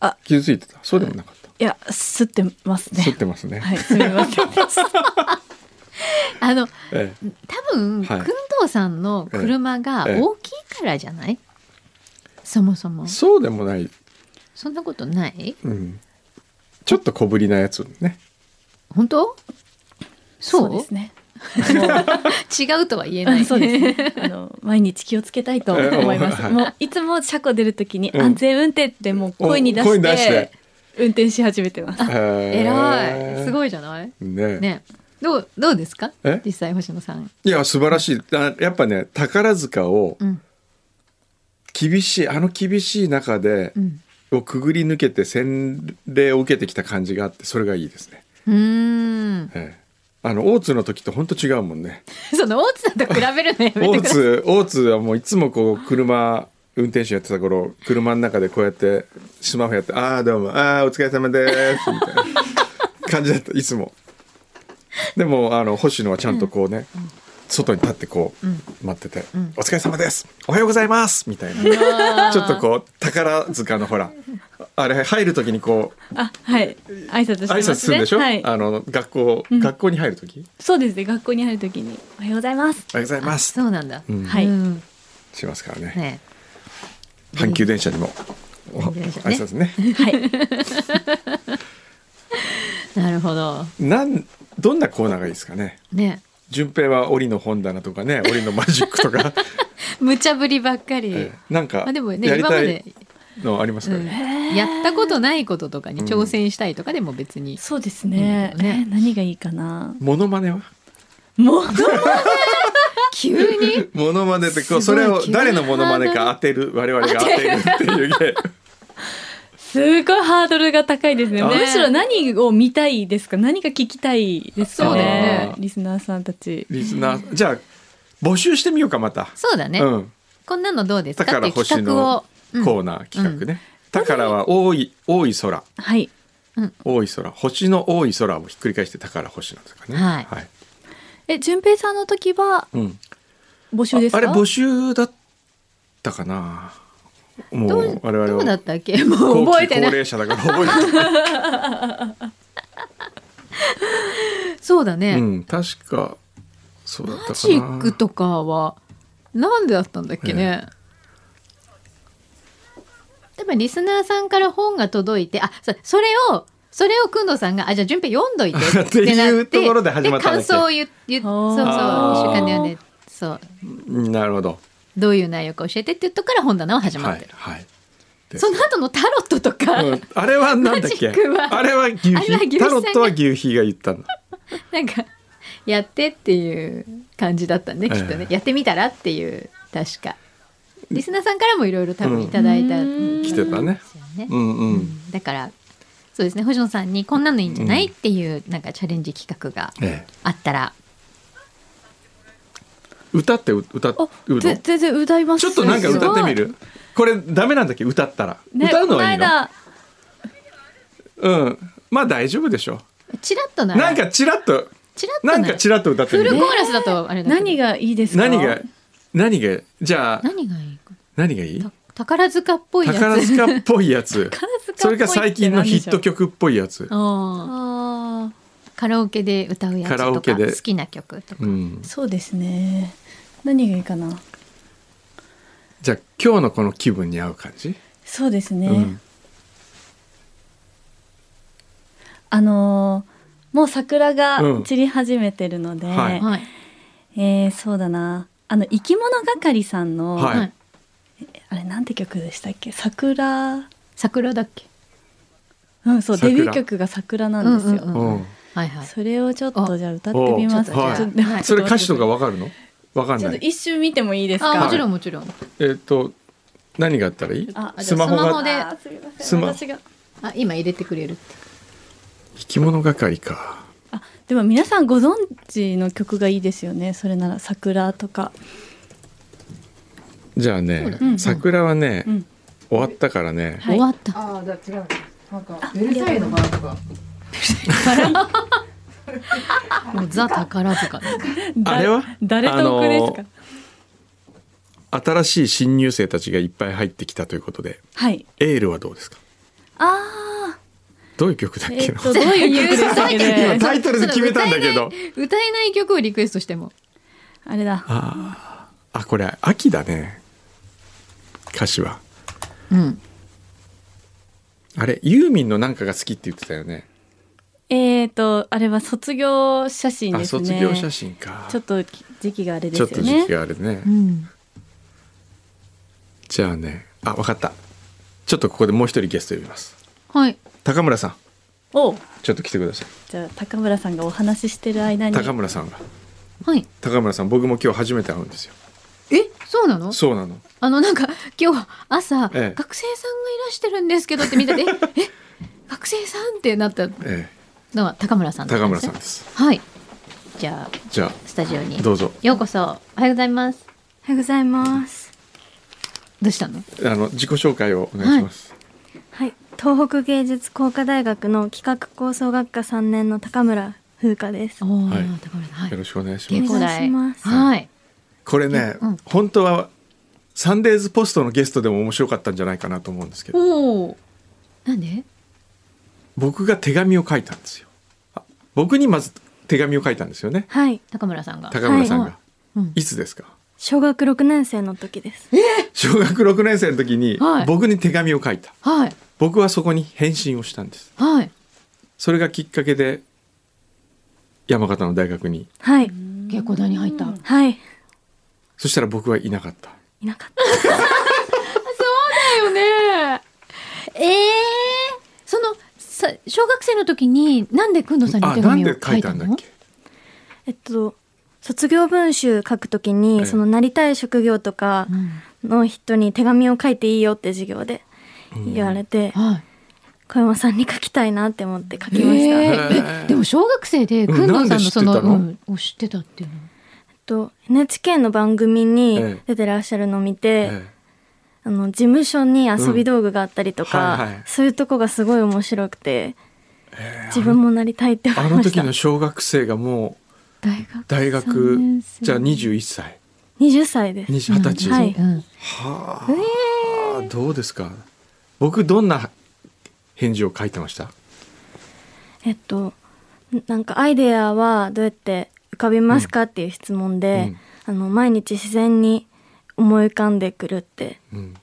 Speaker 4: あ
Speaker 1: 傷ついてた。そうでもなかった。
Speaker 4: いや吸ってますね。
Speaker 1: 擦ってますね。
Speaker 4: はいすみ ません。
Speaker 2: あの
Speaker 1: ええ
Speaker 2: 多分、
Speaker 1: はい
Speaker 2: 軍藤さんの車が
Speaker 1: ええ
Speaker 2: 大きいからじゃない、そもそも
Speaker 1: そうでもない。
Speaker 2: そんなことない
Speaker 1: うん。ちょっと小ぶりなやつね。
Speaker 2: 本当そう
Speaker 4: ですね。
Speaker 2: 違うとは言えない
Speaker 4: そうで すね。あの毎日気をつけたいと思います。
Speaker 1: はい
Speaker 4: もういつも車庫出るときに
Speaker 1: うん
Speaker 4: 安全運転ってもう声に出
Speaker 1: お声
Speaker 4: し
Speaker 1: に出して
Speaker 4: て運転し始めてます。
Speaker 1: え
Speaker 2: 偉いす
Speaker 1: い。
Speaker 2: ごいじゃない
Speaker 1: ね
Speaker 2: ねどうどうですか
Speaker 1: え
Speaker 2: 実際星野さん、
Speaker 1: いや素晴らしいあやっぱね宝塚を
Speaker 2: うん
Speaker 1: 厳しい、あの厳しい中で、
Speaker 2: うん、
Speaker 1: をくぐり抜けて洗礼を受けてきた感じがあってそれがいいですね、
Speaker 2: うーん
Speaker 1: ええあの大津の時と本当違うもんね
Speaker 2: その大津さんと比べるのやめて
Speaker 1: 大
Speaker 2: ください
Speaker 1: 津大津はもういつもこう車運転手やってた頃車の中でこうやってスマホやって「ああどうもああお疲れ様です」みたいな感じだったいつもでもあの星野はちゃんとこうね、外に立ってこう待ってて「お疲れ様ですおはようございます」みたいなちょっとこう宝塚のほらあれ入る時にこう
Speaker 4: あはい挨拶し
Speaker 1: 挨
Speaker 4: てますね。
Speaker 1: 拶するんでしょ、
Speaker 4: はい。
Speaker 1: あの学校、学校に入る時
Speaker 4: そうですね。学校に入るときにおはようございます。
Speaker 1: 「おはようございます
Speaker 2: そうなんだ、
Speaker 1: ん
Speaker 4: はい
Speaker 2: うん
Speaker 1: しますからね
Speaker 2: ね
Speaker 1: 阪急電車にもお
Speaker 2: 阪急
Speaker 1: 挨
Speaker 2: 電車ね
Speaker 1: 拶ね
Speaker 4: はい。
Speaker 2: なるほど
Speaker 1: なんどんなコーナーがいいですかね
Speaker 2: ね
Speaker 1: 順平は檻の本棚とか ね檻のマジックとか、
Speaker 2: 無茶ぶりばっかり、
Speaker 1: ええなんか
Speaker 2: まあでもね
Speaker 1: やり
Speaker 2: 今ま
Speaker 1: た
Speaker 2: で
Speaker 1: い、のありますか
Speaker 2: うん
Speaker 1: ね、
Speaker 2: やったことないこととかに挑戦したいとかでも別に、
Speaker 4: そうですね。
Speaker 2: うんね
Speaker 4: え何がいいかな。
Speaker 1: モノマネは
Speaker 4: もう
Speaker 2: 急に
Speaker 1: モノマネってこう
Speaker 2: す
Speaker 1: そ
Speaker 2: ごい
Speaker 1: れを
Speaker 2: 急に
Speaker 1: 誰のモノマネか当てる我々が当てるって いうゲーム
Speaker 4: すごいハードルが高いで すね。
Speaker 1: あ
Speaker 4: むしろ何を見たいですか。何が聞きたいです
Speaker 2: そ
Speaker 4: か
Speaker 2: うだよ
Speaker 1: ね
Speaker 4: ね。リスナーさんたち。
Speaker 1: リスナーじゃあ募集してみようかまた、
Speaker 2: そうだね、
Speaker 1: うん
Speaker 2: こんなのどうです
Speaker 1: だ
Speaker 2: か
Speaker 1: か
Speaker 2: ってい
Speaker 1: ら
Speaker 2: う
Speaker 1: 星
Speaker 2: 企画
Speaker 1: の
Speaker 2: を、うん
Speaker 1: コーナー企画ね、宝は多い多い空
Speaker 4: はい。
Speaker 1: 多い空星の多い空をひっくり返して宝星なんですかね
Speaker 2: はい
Speaker 4: え、順平さんの時は
Speaker 1: うん、
Speaker 4: 募集ですか。
Speaker 1: ああれ募集だったかなも
Speaker 2: ど
Speaker 1: う
Speaker 2: う
Speaker 1: 我々は
Speaker 2: どうだったっけも
Speaker 1: 後
Speaker 2: う
Speaker 1: 期
Speaker 2: 覚えてな
Speaker 1: 高
Speaker 2: い
Speaker 1: 齢者だから覚えてない、
Speaker 2: そうだ ね、
Speaker 1: うん、確かそうだったかな
Speaker 2: マジックとかはなんでだったんだっけね、多分リスナーさんから本が届いてあそそれをそれをくんどさんが「あじゃあ順平読んどいて」ってなっ
Speaker 1: って
Speaker 2: て
Speaker 1: いうところで始まったんだっ
Speaker 2: 感
Speaker 1: け
Speaker 2: 想を言っ言っそうそう一週
Speaker 1: あー
Speaker 2: 間で読んでそう
Speaker 1: うんなるほど
Speaker 2: どういう内容か教えてって言ったから本棚は始ま
Speaker 1: は
Speaker 2: って
Speaker 1: い
Speaker 2: る、
Speaker 1: はいです
Speaker 2: その後のタロットとか、
Speaker 1: うんあれはなんだっけ
Speaker 2: マジックは
Speaker 1: あれは牛皮
Speaker 2: あれは牛皮
Speaker 1: タ
Speaker 2: さんが
Speaker 1: ロットは牛皮が言ったんだ
Speaker 2: なんかやってっていう感じだったんで、きっとね
Speaker 1: え
Speaker 2: やってみたらっていう確かリスナーさんからもいろいろ多分いただいた、
Speaker 4: うん
Speaker 1: 来てたね
Speaker 2: ですよね
Speaker 1: うんうん、
Speaker 2: うんだからそうですね星野さんにこんなのいいんじゃない、っていうなんかチャレンジ企画が
Speaker 1: ええ
Speaker 2: あったら
Speaker 1: 歌ってう歌う
Speaker 4: あ
Speaker 1: の
Speaker 4: ぜ全然歌います
Speaker 1: ちょっとなんか歌ってみ
Speaker 4: る、
Speaker 1: るこれダメなんだっけ歌ったら、
Speaker 4: ね
Speaker 1: 歌うのはいい
Speaker 4: こ
Speaker 1: の
Speaker 4: 間
Speaker 1: うんまあ大丈夫でしょ
Speaker 2: チラッとな
Speaker 1: う。なんかチラッと、
Speaker 2: チラッとな
Speaker 1: な
Speaker 2: ら
Speaker 1: んかチラッと歌ってみ
Speaker 2: フル
Speaker 1: る
Speaker 2: コ。ーラスだとあれだけど
Speaker 4: 何がいいですか
Speaker 1: 何が、何が、じゃあ、
Speaker 2: 何がいいか
Speaker 1: 何がいい
Speaker 2: た宝塚っぽいやつ
Speaker 1: 宝塚っぽいやつ。それ
Speaker 4: が
Speaker 1: か最近のヒット曲っぽいやつ。
Speaker 4: あ
Speaker 2: あーカラオケで歌うやつ
Speaker 1: カラオ
Speaker 2: と
Speaker 1: ケ
Speaker 2: か
Speaker 1: で
Speaker 2: 好きな曲とか、
Speaker 1: うん
Speaker 4: ー。そうですね何がいいかな
Speaker 1: じゃあ今日のこの気分に合う感じ。
Speaker 4: そうですね、
Speaker 1: うん
Speaker 4: あのーもう桜
Speaker 1: うん
Speaker 4: が散り始めてるので、
Speaker 1: はい
Speaker 2: はい
Speaker 4: えーそうだなあの生き物係さんの、
Speaker 1: はい
Speaker 2: はい
Speaker 4: あれなんて曲でしたっけ桜
Speaker 2: 桜だっけ
Speaker 4: うんそうデ
Speaker 1: 桜
Speaker 4: ビュー曲が桜なんですよ、
Speaker 2: うんうん
Speaker 1: うん。
Speaker 2: はいはい
Speaker 4: それをちょっと
Speaker 2: あ
Speaker 4: じゃあ歌ってみます
Speaker 2: おうはい
Speaker 4: ちょっとでも
Speaker 2: はい
Speaker 4: ちょ
Speaker 1: そ
Speaker 4: っ
Speaker 1: れ
Speaker 4: と
Speaker 1: 歌詞とか
Speaker 4: ち
Speaker 1: わかるの。わかん
Speaker 4: ょっ
Speaker 1: な
Speaker 4: と
Speaker 1: い。
Speaker 4: 一瞬見てもいいです
Speaker 2: あー
Speaker 4: か
Speaker 2: もちろんもちろん
Speaker 1: えっと、何があったらいい
Speaker 4: あ。
Speaker 1: スマホ
Speaker 2: じゃあスマホ
Speaker 1: が
Speaker 2: で
Speaker 4: あーすみません
Speaker 1: スマ
Speaker 4: 私が
Speaker 2: あ今入れてくれるって
Speaker 1: 生き物係か。
Speaker 4: あでも皆さんご存知の曲がいいですよねそれなら「桜」とか
Speaker 1: じゃあ
Speaker 2: そうだ
Speaker 1: ね
Speaker 2: ねう、ん
Speaker 1: 桜はね
Speaker 4: うん、
Speaker 1: 終わったからね。
Speaker 4: は
Speaker 2: 終
Speaker 4: い
Speaker 2: わった
Speaker 5: ああ、じゃあ違う。なんか、ベルサイユのバーとか。
Speaker 2: もうザ宝 塚だ
Speaker 1: あれは
Speaker 4: 誰と奥ですか、
Speaker 1: あのー新しい新入生たちがいっぱい入ってきたということで、
Speaker 4: はい
Speaker 1: エールはどうですか。
Speaker 4: あ
Speaker 1: どういう曲だっ
Speaker 4: ーえ
Speaker 1: け
Speaker 4: っ
Speaker 1: な。
Speaker 4: とどういう曲でしたっけ
Speaker 2: 言
Speaker 1: 今
Speaker 4: ね
Speaker 2: うと
Speaker 1: タイトルで決めたんだけど
Speaker 2: 歌。えない歌えない曲をリクエストしても
Speaker 4: あれだ
Speaker 1: あーあ、これ秋だね。歌詞は。
Speaker 2: うん
Speaker 1: あれ、ユーミンのなんかが好きって言ってたよね。
Speaker 4: えっ、とあれは卒業写真
Speaker 1: あ、
Speaker 4: ですね
Speaker 1: 卒業写真か。
Speaker 4: ちょっと時期があれ
Speaker 1: ち
Speaker 4: です
Speaker 1: ょ
Speaker 4: よ
Speaker 1: っと時
Speaker 4: ね
Speaker 1: 期があるね
Speaker 2: う。ん
Speaker 1: じゃあね、あ、わかった。ちょっとここでもう一人ゲスト呼びます。
Speaker 2: はい
Speaker 1: 高村さん、
Speaker 4: お
Speaker 1: ちょっと来てください。
Speaker 4: じゃあ高村さんがお話ししてる間に
Speaker 1: 高村さんが。
Speaker 2: はい
Speaker 1: 高村さん、僕も今日初めて会うんですよ。
Speaker 2: えそうなの
Speaker 1: そうなの。
Speaker 2: あのなんか今日朝、
Speaker 1: ええ
Speaker 2: 学生さんがいらしてるんですけどって見て てええ学生さんってなった
Speaker 1: え
Speaker 2: のは高村さ
Speaker 1: え、
Speaker 2: んだっ
Speaker 1: 高
Speaker 2: た
Speaker 1: 村
Speaker 2: ですね
Speaker 1: さんです。
Speaker 2: はいじゃあ
Speaker 1: じゃ
Speaker 2: スタジオに
Speaker 1: あ、どうぞ。
Speaker 2: ようこそおはようございます
Speaker 6: おはようございます。
Speaker 2: どうしたの
Speaker 1: あの、自己紹介をお願いします。
Speaker 6: はい、東北芸術工科大学の企画構想学科3年の高村風花です。お
Speaker 2: おお、
Speaker 1: はい
Speaker 2: 高村さんは
Speaker 1: よろ
Speaker 2: い
Speaker 1: しくお願いし
Speaker 6: お
Speaker 1: ます。
Speaker 6: 願いします。
Speaker 2: はい
Speaker 1: これね、
Speaker 2: うん
Speaker 1: 本当は、サンデーズポストのゲストでも面白かったんじゃないかなと思うんですけど、
Speaker 2: おおなんで
Speaker 1: 僕が手紙を書いたんですよ。あ僕にまず手紙を書いたんですよね。
Speaker 6: はい、
Speaker 2: 高村さんが
Speaker 1: 高村さん
Speaker 2: はい
Speaker 1: が。
Speaker 2: うん
Speaker 1: いつですか
Speaker 6: 小学6年生の時です。
Speaker 1: 小学6年生の時に
Speaker 2: はい
Speaker 1: 僕に手紙を書いた、
Speaker 2: はい
Speaker 1: 僕はそこに返信をしたんです
Speaker 2: はい
Speaker 1: それがきっかけで山形の大学に
Speaker 6: はい、
Speaker 2: 稽古台に入ったあ
Speaker 6: はい、
Speaker 1: そしたら僕はいなかった
Speaker 6: いなかった。
Speaker 2: そうだよねええそのさ小学生の時になんでくんどさんに
Speaker 1: あ
Speaker 2: 手
Speaker 1: なん
Speaker 2: 紙を
Speaker 1: で
Speaker 2: 書
Speaker 1: 書い
Speaker 2: い
Speaker 1: た
Speaker 2: た
Speaker 1: ん
Speaker 2: の
Speaker 1: だっけ
Speaker 6: えっと、卒業文集書くときに、
Speaker 1: ええ
Speaker 6: そのなりたい職業とか
Speaker 2: うん
Speaker 6: の人に手紙を書いていいよって授業で言われて、
Speaker 2: はい
Speaker 6: 小山さんに書きたいなって思って書き
Speaker 2: え
Speaker 6: ました。えっ
Speaker 2: ーえでも小学生でくんどさんのその、
Speaker 1: な
Speaker 2: うんん、を知ってたっていうの
Speaker 6: と、NHK の番組
Speaker 1: え
Speaker 6: に
Speaker 1: え
Speaker 6: 出てらっしゃるのを見て、
Speaker 1: ええ
Speaker 6: あの事務所に遊び道具があったりとか、
Speaker 1: うんはいはい
Speaker 6: そういうとこがすごい面白くて、自分もなりたいって思
Speaker 1: あ
Speaker 6: い
Speaker 1: の
Speaker 6: まし
Speaker 1: 時
Speaker 6: た
Speaker 1: の小学生がも
Speaker 2: 大学
Speaker 1: う大学
Speaker 2: 三年生
Speaker 1: じゃあ21歳
Speaker 6: 20歳です
Speaker 1: 二十二十歳、
Speaker 6: はい
Speaker 2: うん
Speaker 1: はあ、どうですか僕どんな返事を書いてました
Speaker 6: えっとんなんかアイデアはどうやって浮かびますかっていう質問で、あの毎日自然に思い浮かんでくるって
Speaker 1: うん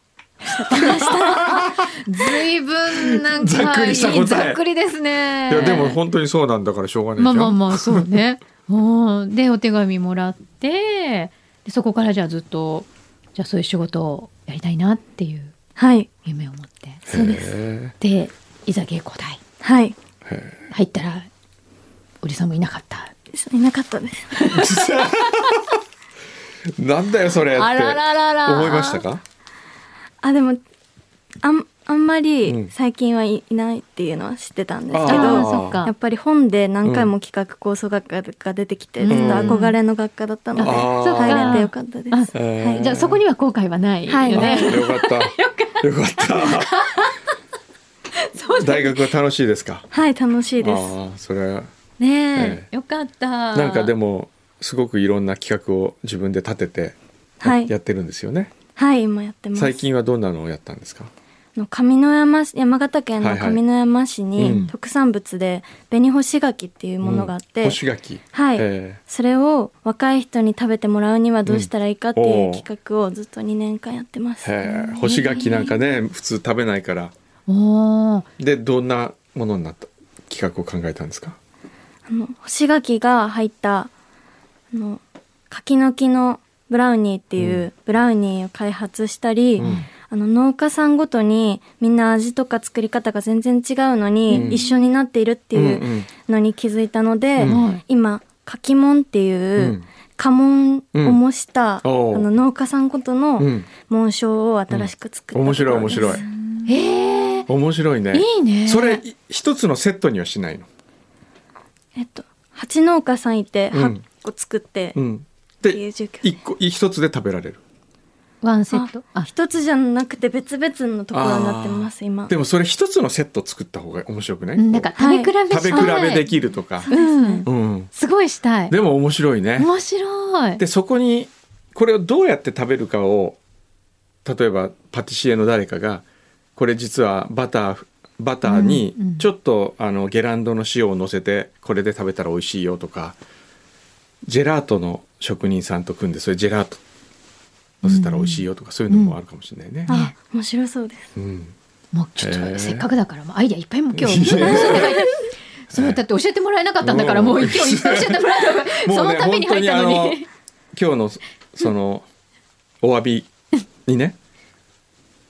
Speaker 2: ずいぶんなんか
Speaker 1: ざっくりした答え
Speaker 2: ざっくりですね
Speaker 1: いやでも本当にそうなんだからしょうがないじ
Speaker 2: ま
Speaker 1: ゃ
Speaker 2: あ
Speaker 1: ん、
Speaker 2: まあまあそう ねうんでお手紙もらってでそこからじゃあずっとじゃあそういう仕事をやりたいなっていう
Speaker 6: はい
Speaker 2: 夢を持って
Speaker 6: そうです
Speaker 1: へ
Speaker 2: でいざ稽古台
Speaker 6: はい
Speaker 1: えへ
Speaker 2: 入ったらおじさんもいなかった
Speaker 6: いなかったです
Speaker 1: えなんだよそれって
Speaker 2: あらららら
Speaker 1: 思いましたか
Speaker 6: あでもあんあんま
Speaker 1: うん
Speaker 6: り最近はいいないっていうのは知ってたんですけど、
Speaker 2: あ
Speaker 1: ー
Speaker 2: ーそっか
Speaker 6: やっぱり本で何回も企画構想学科が出てきて、
Speaker 2: うん
Speaker 6: ずっと憧れの学科だったので、
Speaker 1: あーそうか
Speaker 6: 入れてよかったです。
Speaker 1: あへー
Speaker 6: はい、
Speaker 2: じゃあそこには後悔はないよ
Speaker 6: はい
Speaker 2: ね、
Speaker 1: あよかった。よかった。
Speaker 2: そう
Speaker 1: 大学は楽しいですか。
Speaker 6: はい楽しいです
Speaker 1: ああ、それはえ
Speaker 2: ねえ、よかった。
Speaker 1: なんかで
Speaker 2: も。
Speaker 1: もすごくいろんな企画を自分で立てて
Speaker 6: はい
Speaker 1: やってるんですよね。
Speaker 6: はい今やってます
Speaker 1: 最近はどんなのをやったんですか。
Speaker 6: あの上山市山形県
Speaker 1: は
Speaker 6: の
Speaker 1: いはい
Speaker 6: 上山市
Speaker 1: うん
Speaker 6: に特産物で紅干し柿っていうものがあって、
Speaker 1: うん干し柿。
Speaker 6: はい、
Speaker 1: え
Speaker 6: それを若い人に食べてもらうにはどうしたらいいかって
Speaker 1: う
Speaker 6: い
Speaker 1: ん
Speaker 6: う企画をずっと2年間やってます、
Speaker 1: えへえ干し柿なんかね普通食べないから。
Speaker 2: おー
Speaker 1: でどんなものになった企画を考えたんですか。
Speaker 6: あの干し柿が入ったあの柿の木のブラウニーっていうブラウニーを開発したり、
Speaker 1: うん
Speaker 6: あの農家さんごとにみんな味とか作り方が全然違うのに、
Speaker 1: うん
Speaker 6: 一緒になっているってい
Speaker 1: ん
Speaker 6: ううのに気づいたので、
Speaker 1: うん
Speaker 2: はい
Speaker 6: 今柿門っていう、
Speaker 1: うん
Speaker 6: 家紋を模した、
Speaker 1: うんおう
Speaker 6: あの農家さんごと
Speaker 1: うんう
Speaker 6: の
Speaker 1: ん
Speaker 6: 紋章を新しく作った
Speaker 1: 面白い
Speaker 6: ところ
Speaker 1: 面
Speaker 6: です
Speaker 1: 白い
Speaker 2: ええ、
Speaker 1: 面白いね。
Speaker 2: いいね。
Speaker 1: それい一つのセットにはしないの。
Speaker 6: えっと八農家さんいて
Speaker 1: うん
Speaker 6: 八個作って
Speaker 1: う
Speaker 6: っ
Speaker 1: ん。
Speaker 6: てい
Speaker 1: で
Speaker 6: う状況、
Speaker 1: 一個一つで食べられる。
Speaker 2: ワンセット。あ、
Speaker 6: 一つじゃなくて別々のところになってます今
Speaker 1: でもそれ一つのセット作った方が面白くない。
Speaker 2: うんなんか食べ比べ
Speaker 1: 食べ
Speaker 2: した
Speaker 1: 比
Speaker 2: い
Speaker 1: べできるとか。
Speaker 2: うん。
Speaker 1: うん。
Speaker 2: すごいしたい。
Speaker 1: でも面白いね。
Speaker 2: 面白い。
Speaker 1: でそこにこれをどうやって食べるかを例えばパティシエの誰かがこれ実はバターバターに
Speaker 2: うんうん
Speaker 1: ちょっと、あのゲランドの塩を乗せてこれで食べたら美味しいよとかジェラートの職人さんと組んでそれジェラート乗せたら美味しいよとか、そういうのもあるかもしれないね。
Speaker 6: あ面白そうです
Speaker 1: うん
Speaker 2: もうちょっ
Speaker 1: へえ
Speaker 2: とせっかくだから、もうアイディアいっぱいもう今日。
Speaker 1: いや
Speaker 2: そうだって教えてもらえなかったんだから、
Speaker 1: うん
Speaker 2: もう今日いっぱい教えてもらえた方が そのために入ったの
Speaker 1: 本当
Speaker 2: に。
Speaker 1: 今日のそのお詫びに ね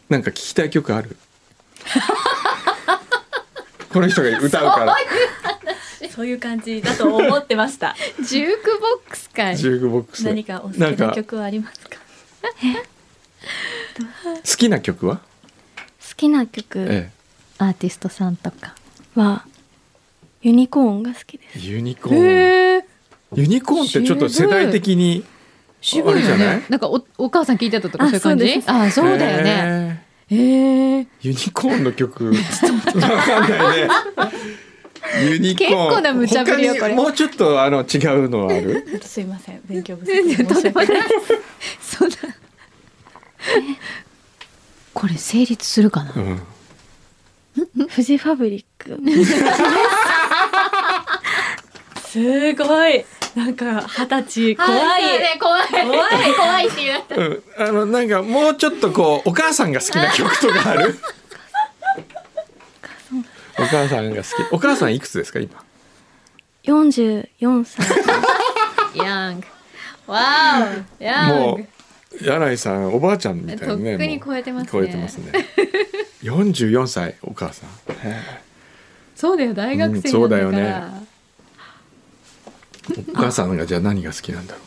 Speaker 1: なんか聞きたい曲あるこの人が歌うから
Speaker 4: そういう感じだと思って ました。
Speaker 2: ジュークボックスかい。
Speaker 1: ジュークボックス
Speaker 4: 何かお好きな曲はありますか。
Speaker 1: なんか好きな曲は、
Speaker 6: 好きな曲
Speaker 1: え
Speaker 2: アーティストさんとか。
Speaker 6: はユニコーンが好きです
Speaker 1: え、ユニコーン
Speaker 2: へえ。
Speaker 1: ユニコーンってちょっと世代的に
Speaker 2: 渋い
Speaker 1: あ
Speaker 2: よ
Speaker 1: れじゃない
Speaker 2: ね。なんかおお母さん聞いてたとかそういう感
Speaker 6: あそう
Speaker 2: じあ、そ
Speaker 6: で。す
Speaker 2: うだよね。へえ。
Speaker 1: えユニコーンの曲わかんない ねユニコーン
Speaker 2: 結構な無茶ぶりよ
Speaker 1: 他に
Speaker 2: これ
Speaker 1: もうちょっとあの違うのはある
Speaker 4: すいません、勉強不
Speaker 2: 全
Speaker 4: 足
Speaker 2: 然
Speaker 4: で
Speaker 2: とん
Speaker 4: 申し
Speaker 2: でもない
Speaker 4: 訳ない。
Speaker 2: です。そんな。これ成立するかな。
Speaker 1: うん
Speaker 6: フジファブリック
Speaker 4: すごい、なんか二十歳怖い。
Speaker 2: 怖い。怖い。怖いって言われた。
Speaker 1: うん、あのなんかもうちょっとこうお母さんが好きな曲とかあるお母さんが好きお母さんいくつですか今
Speaker 6: 44歳
Speaker 2: ヤング。わお。ヤン
Speaker 1: も
Speaker 2: グ。
Speaker 1: う柳井さんおばあちゃんみたいなね
Speaker 2: とっくに
Speaker 1: もう
Speaker 2: 超えてますね
Speaker 1: 超えてますね44歳お母さんへ
Speaker 2: そうだよ、大学生なんだから。
Speaker 1: うんそうだよえお母さんがじゃあ何が好きなんだろ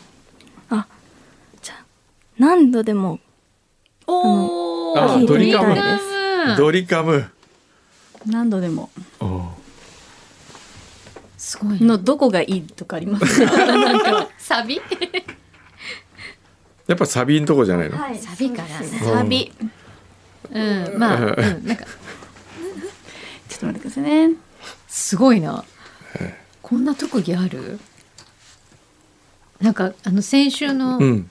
Speaker 6: 何度でも
Speaker 4: お
Speaker 1: あ
Speaker 6: 聞い
Speaker 1: ド
Speaker 6: て
Speaker 1: リ
Speaker 6: み
Speaker 1: カム
Speaker 6: たい
Speaker 2: ド
Speaker 6: です
Speaker 1: う、
Speaker 2: リカム
Speaker 1: ドリカム
Speaker 4: 何度でも。
Speaker 1: おう
Speaker 2: すごいな。
Speaker 4: のどこがいいとかありますか。なんか
Speaker 2: サビ。
Speaker 1: やっぱサビんとこじゃないの、
Speaker 6: い
Speaker 2: サビからね。
Speaker 1: サ
Speaker 4: ビ
Speaker 2: うん、まあ、うん、なんか、
Speaker 4: ちょっと待ってくださいね。
Speaker 2: すごいな。こんな特技ある。なんか、あの、先週の
Speaker 1: う、ん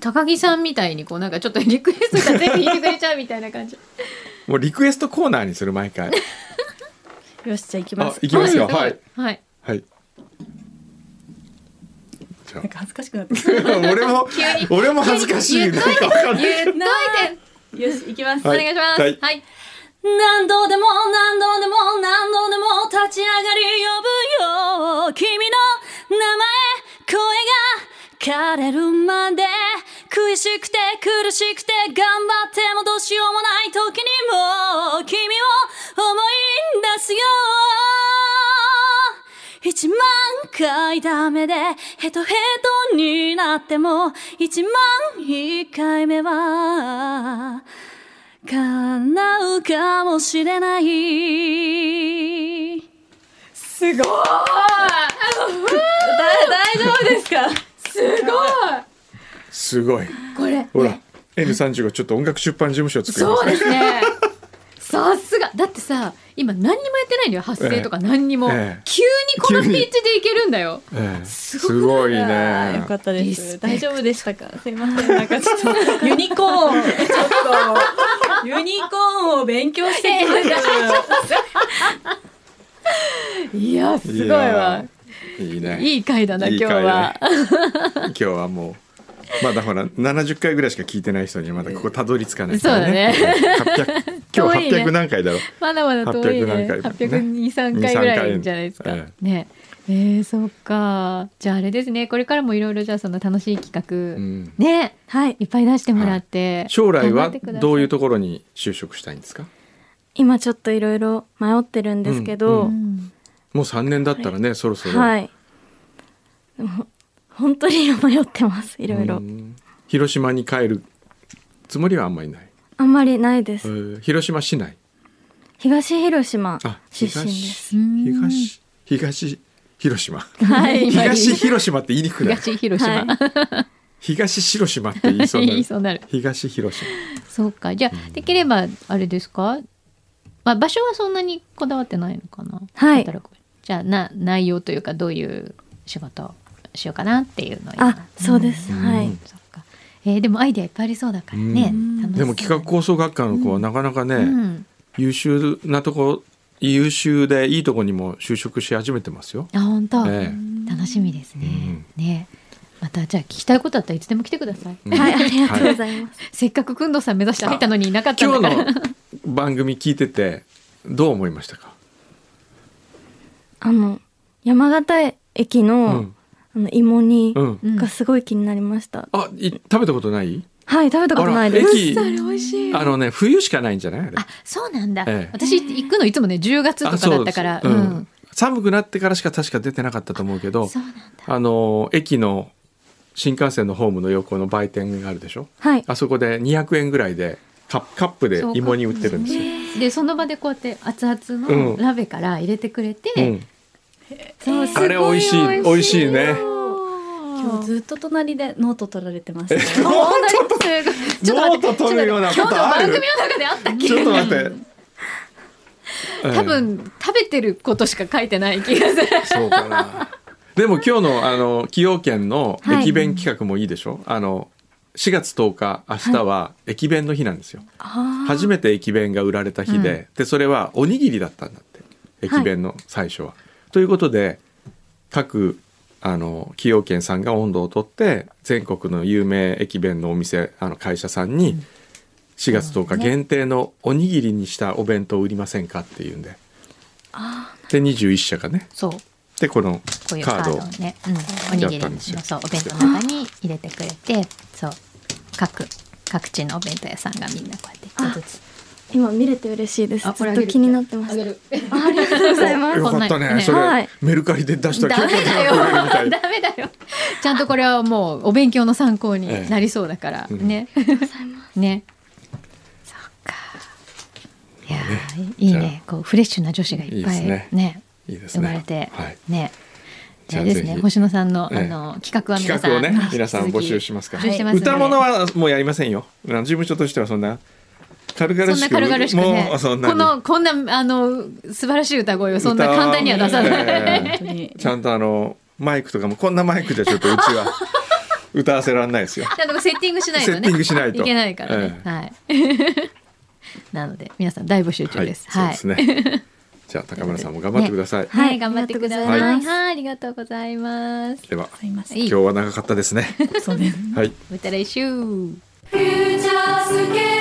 Speaker 2: 高木さんみたいに、こう、なんか、ちょっとリクエストが全部言ってくれちゃうみたいな感じ。
Speaker 1: もうリクエストコーナーにする毎回
Speaker 4: よし、じゃあ行きま
Speaker 1: あ
Speaker 4: す。
Speaker 1: いきますよ
Speaker 2: うんご
Speaker 1: はい。
Speaker 2: はい。
Speaker 1: はい じゃあ
Speaker 4: なんか恥ずかしくなってき
Speaker 1: 俺も俺も恥ずかしいな
Speaker 2: 言っ
Speaker 1: ん
Speaker 2: とい
Speaker 1: か
Speaker 2: て
Speaker 1: わかんない
Speaker 2: 言っといて。
Speaker 4: た。よし、行きます。
Speaker 2: お
Speaker 1: はい
Speaker 2: 願いします。
Speaker 1: はい
Speaker 2: はい。
Speaker 4: 何度でも何度でも何度でも立ち上がり呼ぶよ君の名前声が枯れるまで苦しくて苦しくて頑張ってもどうしようもない時にも君を思い出すよ一万回ダメでヘトヘトになっても一万一回目は叶うかもしれない。すごい。大丈夫ですか。
Speaker 1: すごい
Speaker 2: これ。
Speaker 1: ほら N35 ちょっと音楽出版事務所作りま
Speaker 2: そう
Speaker 1: し
Speaker 2: ですね。さすさ今何にもやってないのよ発声とか何にも、
Speaker 1: ええ
Speaker 2: 急にこのピッチでいけるんだよ
Speaker 1: ええ
Speaker 2: す
Speaker 1: す
Speaker 2: ご
Speaker 1: ごい
Speaker 7: あー
Speaker 1: ね
Speaker 7: よかった
Speaker 2: リ
Speaker 7: です。
Speaker 2: スペクト
Speaker 7: 大丈夫でしたかすいません。なんかちょっと、ユニコーン、ちょっと、ユニコーンを勉強してき ます。
Speaker 2: いやすごいわ
Speaker 1: いいね
Speaker 2: いい回だない
Speaker 1: い
Speaker 2: 今日
Speaker 1: 回
Speaker 2: は
Speaker 1: だね 今日はもうまだほら70回ぐらいしか聞いてない人にはまだここたどり着かないから
Speaker 2: そうだ
Speaker 1: 800今日
Speaker 2: 遠いね
Speaker 1: 800何回だろう
Speaker 2: まだまだ遠いね
Speaker 1: 800何回だね
Speaker 2: 823回ぐらいじゃないですか
Speaker 1: え
Speaker 2: ねえーそっかじゃああれですねこれからもいろいろじゃあその楽しい企
Speaker 1: う
Speaker 2: 画、
Speaker 1: ん
Speaker 2: ね
Speaker 6: はい
Speaker 2: いっぱい出してもらって、
Speaker 1: 将来は
Speaker 2: 頑張ってくださ
Speaker 1: どういうところに就職したいんですか
Speaker 6: 今ちょっといろいろ迷ってるんですけど、
Speaker 2: うん
Speaker 1: もう3年だったらねそろそろ
Speaker 6: はいでも本当に迷ってますいろいうろ
Speaker 1: ん広島に帰るつもりはあんまりない
Speaker 6: あんまりないで
Speaker 1: え
Speaker 6: す
Speaker 1: ー広島市内
Speaker 6: 東広島
Speaker 1: あ
Speaker 6: 出身です
Speaker 2: うん
Speaker 1: 東東広島
Speaker 2: はい
Speaker 1: 東広島って言いにくくない
Speaker 2: 東広島、
Speaker 6: は
Speaker 1: 東広島って言いそうにな
Speaker 2: 言い
Speaker 1: る
Speaker 2: そうになる
Speaker 1: 東広島
Speaker 2: そうかじゃあ、できればあれですか、まあ、場所はそんなにこだわってないのかな、
Speaker 6: はい
Speaker 2: 働くじゃあな内容というかどういう仕事をしようかなっていうのを今
Speaker 6: あそうです、
Speaker 1: うん
Speaker 6: は
Speaker 1: う
Speaker 6: い
Speaker 1: ん
Speaker 2: そっか、えーでもアイデアいっぱいありそうだからね、
Speaker 1: うん
Speaker 2: 楽しそう
Speaker 1: でも企画構想学科の子はなかなかね、
Speaker 2: うん、
Speaker 1: 優秀なとこ優秀でいいとこにも就職し始めてますよ。
Speaker 2: あ本当、
Speaker 1: え
Speaker 2: 楽しみですね、ねまたじゃあ聞きたいことあったらいつでも来てください、
Speaker 6: はいありがとうございます、
Speaker 2: せっかくくんどうさん目指して入ったのにいなかったん
Speaker 1: 今日
Speaker 2: だから
Speaker 1: の番組聞いててどう思いましたか。
Speaker 6: あの山形駅
Speaker 1: う
Speaker 6: の,、
Speaker 1: ん、
Speaker 6: あの芋煮
Speaker 1: うん。
Speaker 2: うん
Speaker 6: がすごい気になりました、
Speaker 1: あ、い食べたことない？
Speaker 6: はい食べたことないで
Speaker 1: あら
Speaker 6: す
Speaker 1: 駅
Speaker 2: あれ美味しい
Speaker 1: あのね冬しかないんじゃない？あれ
Speaker 2: あそうなんだ、
Speaker 1: ええ
Speaker 2: 私行くのいつもね10月と
Speaker 1: あ
Speaker 2: か
Speaker 1: そう
Speaker 2: だったから
Speaker 1: う
Speaker 2: うんん
Speaker 1: 寒くなってからしか確か出てなかったと思うけど
Speaker 2: そうなんだ。
Speaker 1: あの駅の新幹線のホームの横の売店があるでしょ
Speaker 6: はい
Speaker 1: あそこで200円ぐらいでカップカップで芋に売ってるんですよ、
Speaker 2: でその場でこうやって熱々の
Speaker 1: うん
Speaker 2: 鍋から入れてくれて、
Speaker 1: うん、
Speaker 2: そうすご
Speaker 1: あれ美味しい美味しいね
Speaker 7: 今日ずっと隣でノート取られてました。
Speaker 2: 本当にすごいちょっと待って
Speaker 1: ノート取るようなことある
Speaker 2: 今日の番組の中であったっけ
Speaker 1: ちょっと待って。
Speaker 2: 多分食べてることしか書いてない気がする
Speaker 1: えーそうかな。でも今日のあの崎陽軒の
Speaker 6: はい
Speaker 1: 駅弁企画もいいでしょ。あの4月10日明日は駅弁の日なんですよ。
Speaker 6: あー
Speaker 1: 初めて駅弁が売られた日で、でそれはおにぎりだったんだって。駅弁の最初は。ということで各あの崎陽軒さんが温度をとって全国の有名駅弁のお店あの会社さんに4月10日限定のおにぎりにしたお弁当を売りませんかっていうんでで21社がね
Speaker 2: そうこ
Speaker 1: でこの
Speaker 2: ういうカ
Speaker 1: カー
Speaker 2: ー
Speaker 1: ド
Speaker 2: ド
Speaker 1: を
Speaker 2: をね、うん、おに
Speaker 1: やった
Speaker 2: ぎり
Speaker 1: ん
Speaker 2: の
Speaker 1: ですよ
Speaker 2: そうお弁当の中に入れてくれてそう各各地のお弁当屋さんがみんなこうやって一つずつ
Speaker 6: 今見れて嬉しいです
Speaker 5: あこ
Speaker 6: ず
Speaker 5: れ
Speaker 6: っ
Speaker 5: あげ
Speaker 6: と
Speaker 5: る
Speaker 6: 気になってま
Speaker 5: あ
Speaker 6: す
Speaker 5: げる。
Speaker 6: あありが とうございます
Speaker 1: よかった
Speaker 2: こんな
Speaker 1: ね
Speaker 2: ね
Speaker 1: それ、
Speaker 6: はい
Speaker 1: メルカリで出したら
Speaker 2: ダメ
Speaker 1: 結構
Speaker 2: だ
Speaker 1: 高く売れるみた
Speaker 2: よ
Speaker 1: い
Speaker 2: ダメだよちゃんとこれはもうお勉強の参考になりそうだから、
Speaker 1: ええ
Speaker 2: ね、ねそっかいやーいい
Speaker 1: じゃ
Speaker 2: ねこうフレッシュな女子がいっぱい
Speaker 1: いいですね
Speaker 2: ね
Speaker 1: いいです
Speaker 2: 生
Speaker 1: ね
Speaker 2: まれて、
Speaker 1: はい
Speaker 2: ね
Speaker 1: じゃ
Speaker 2: じゃ
Speaker 1: あ
Speaker 2: あですね
Speaker 1: ぜひ
Speaker 2: 星野さんの,、
Speaker 1: ええ
Speaker 2: あの企画は皆
Speaker 1: 企
Speaker 2: さ
Speaker 1: 画を
Speaker 2: ん
Speaker 1: ね
Speaker 2: 引き続き
Speaker 1: 皆さん募集しますから、
Speaker 2: 募集してますので
Speaker 1: 歌物はもうやりませんよあの事務所としてはそんな軽々
Speaker 2: そん
Speaker 1: し
Speaker 2: な
Speaker 1: く
Speaker 2: 軽々しくね
Speaker 1: もうそんなに
Speaker 2: このこんなあの素晴らしい歌声をそんな簡単には出さない、
Speaker 1: ええ
Speaker 7: 本当に。
Speaker 1: ちゃんとあのマイクとかもこんなマイクじゃちょっとうち は歌わせられないですよ。
Speaker 2: ちゃんとセッティングしないとね。
Speaker 1: セッティングしないと
Speaker 2: いけないからね。はい。 なので、皆さん大募集中です。はい。
Speaker 1: そうですね。じゃあ高村さんも頑張ってくだ さい。
Speaker 2: はい
Speaker 6: は
Speaker 2: 頑張ってください。
Speaker 1: あ
Speaker 2: は
Speaker 6: りがとうござい
Speaker 2: い、
Speaker 6: ま
Speaker 2: はいありが
Speaker 6: す
Speaker 2: とうございます。
Speaker 1: では
Speaker 7: すいません。
Speaker 2: いい
Speaker 1: 今日は長かったですね。
Speaker 7: そうです。
Speaker 1: はい。
Speaker 2: また来週。
Speaker 4: フューチャースケープ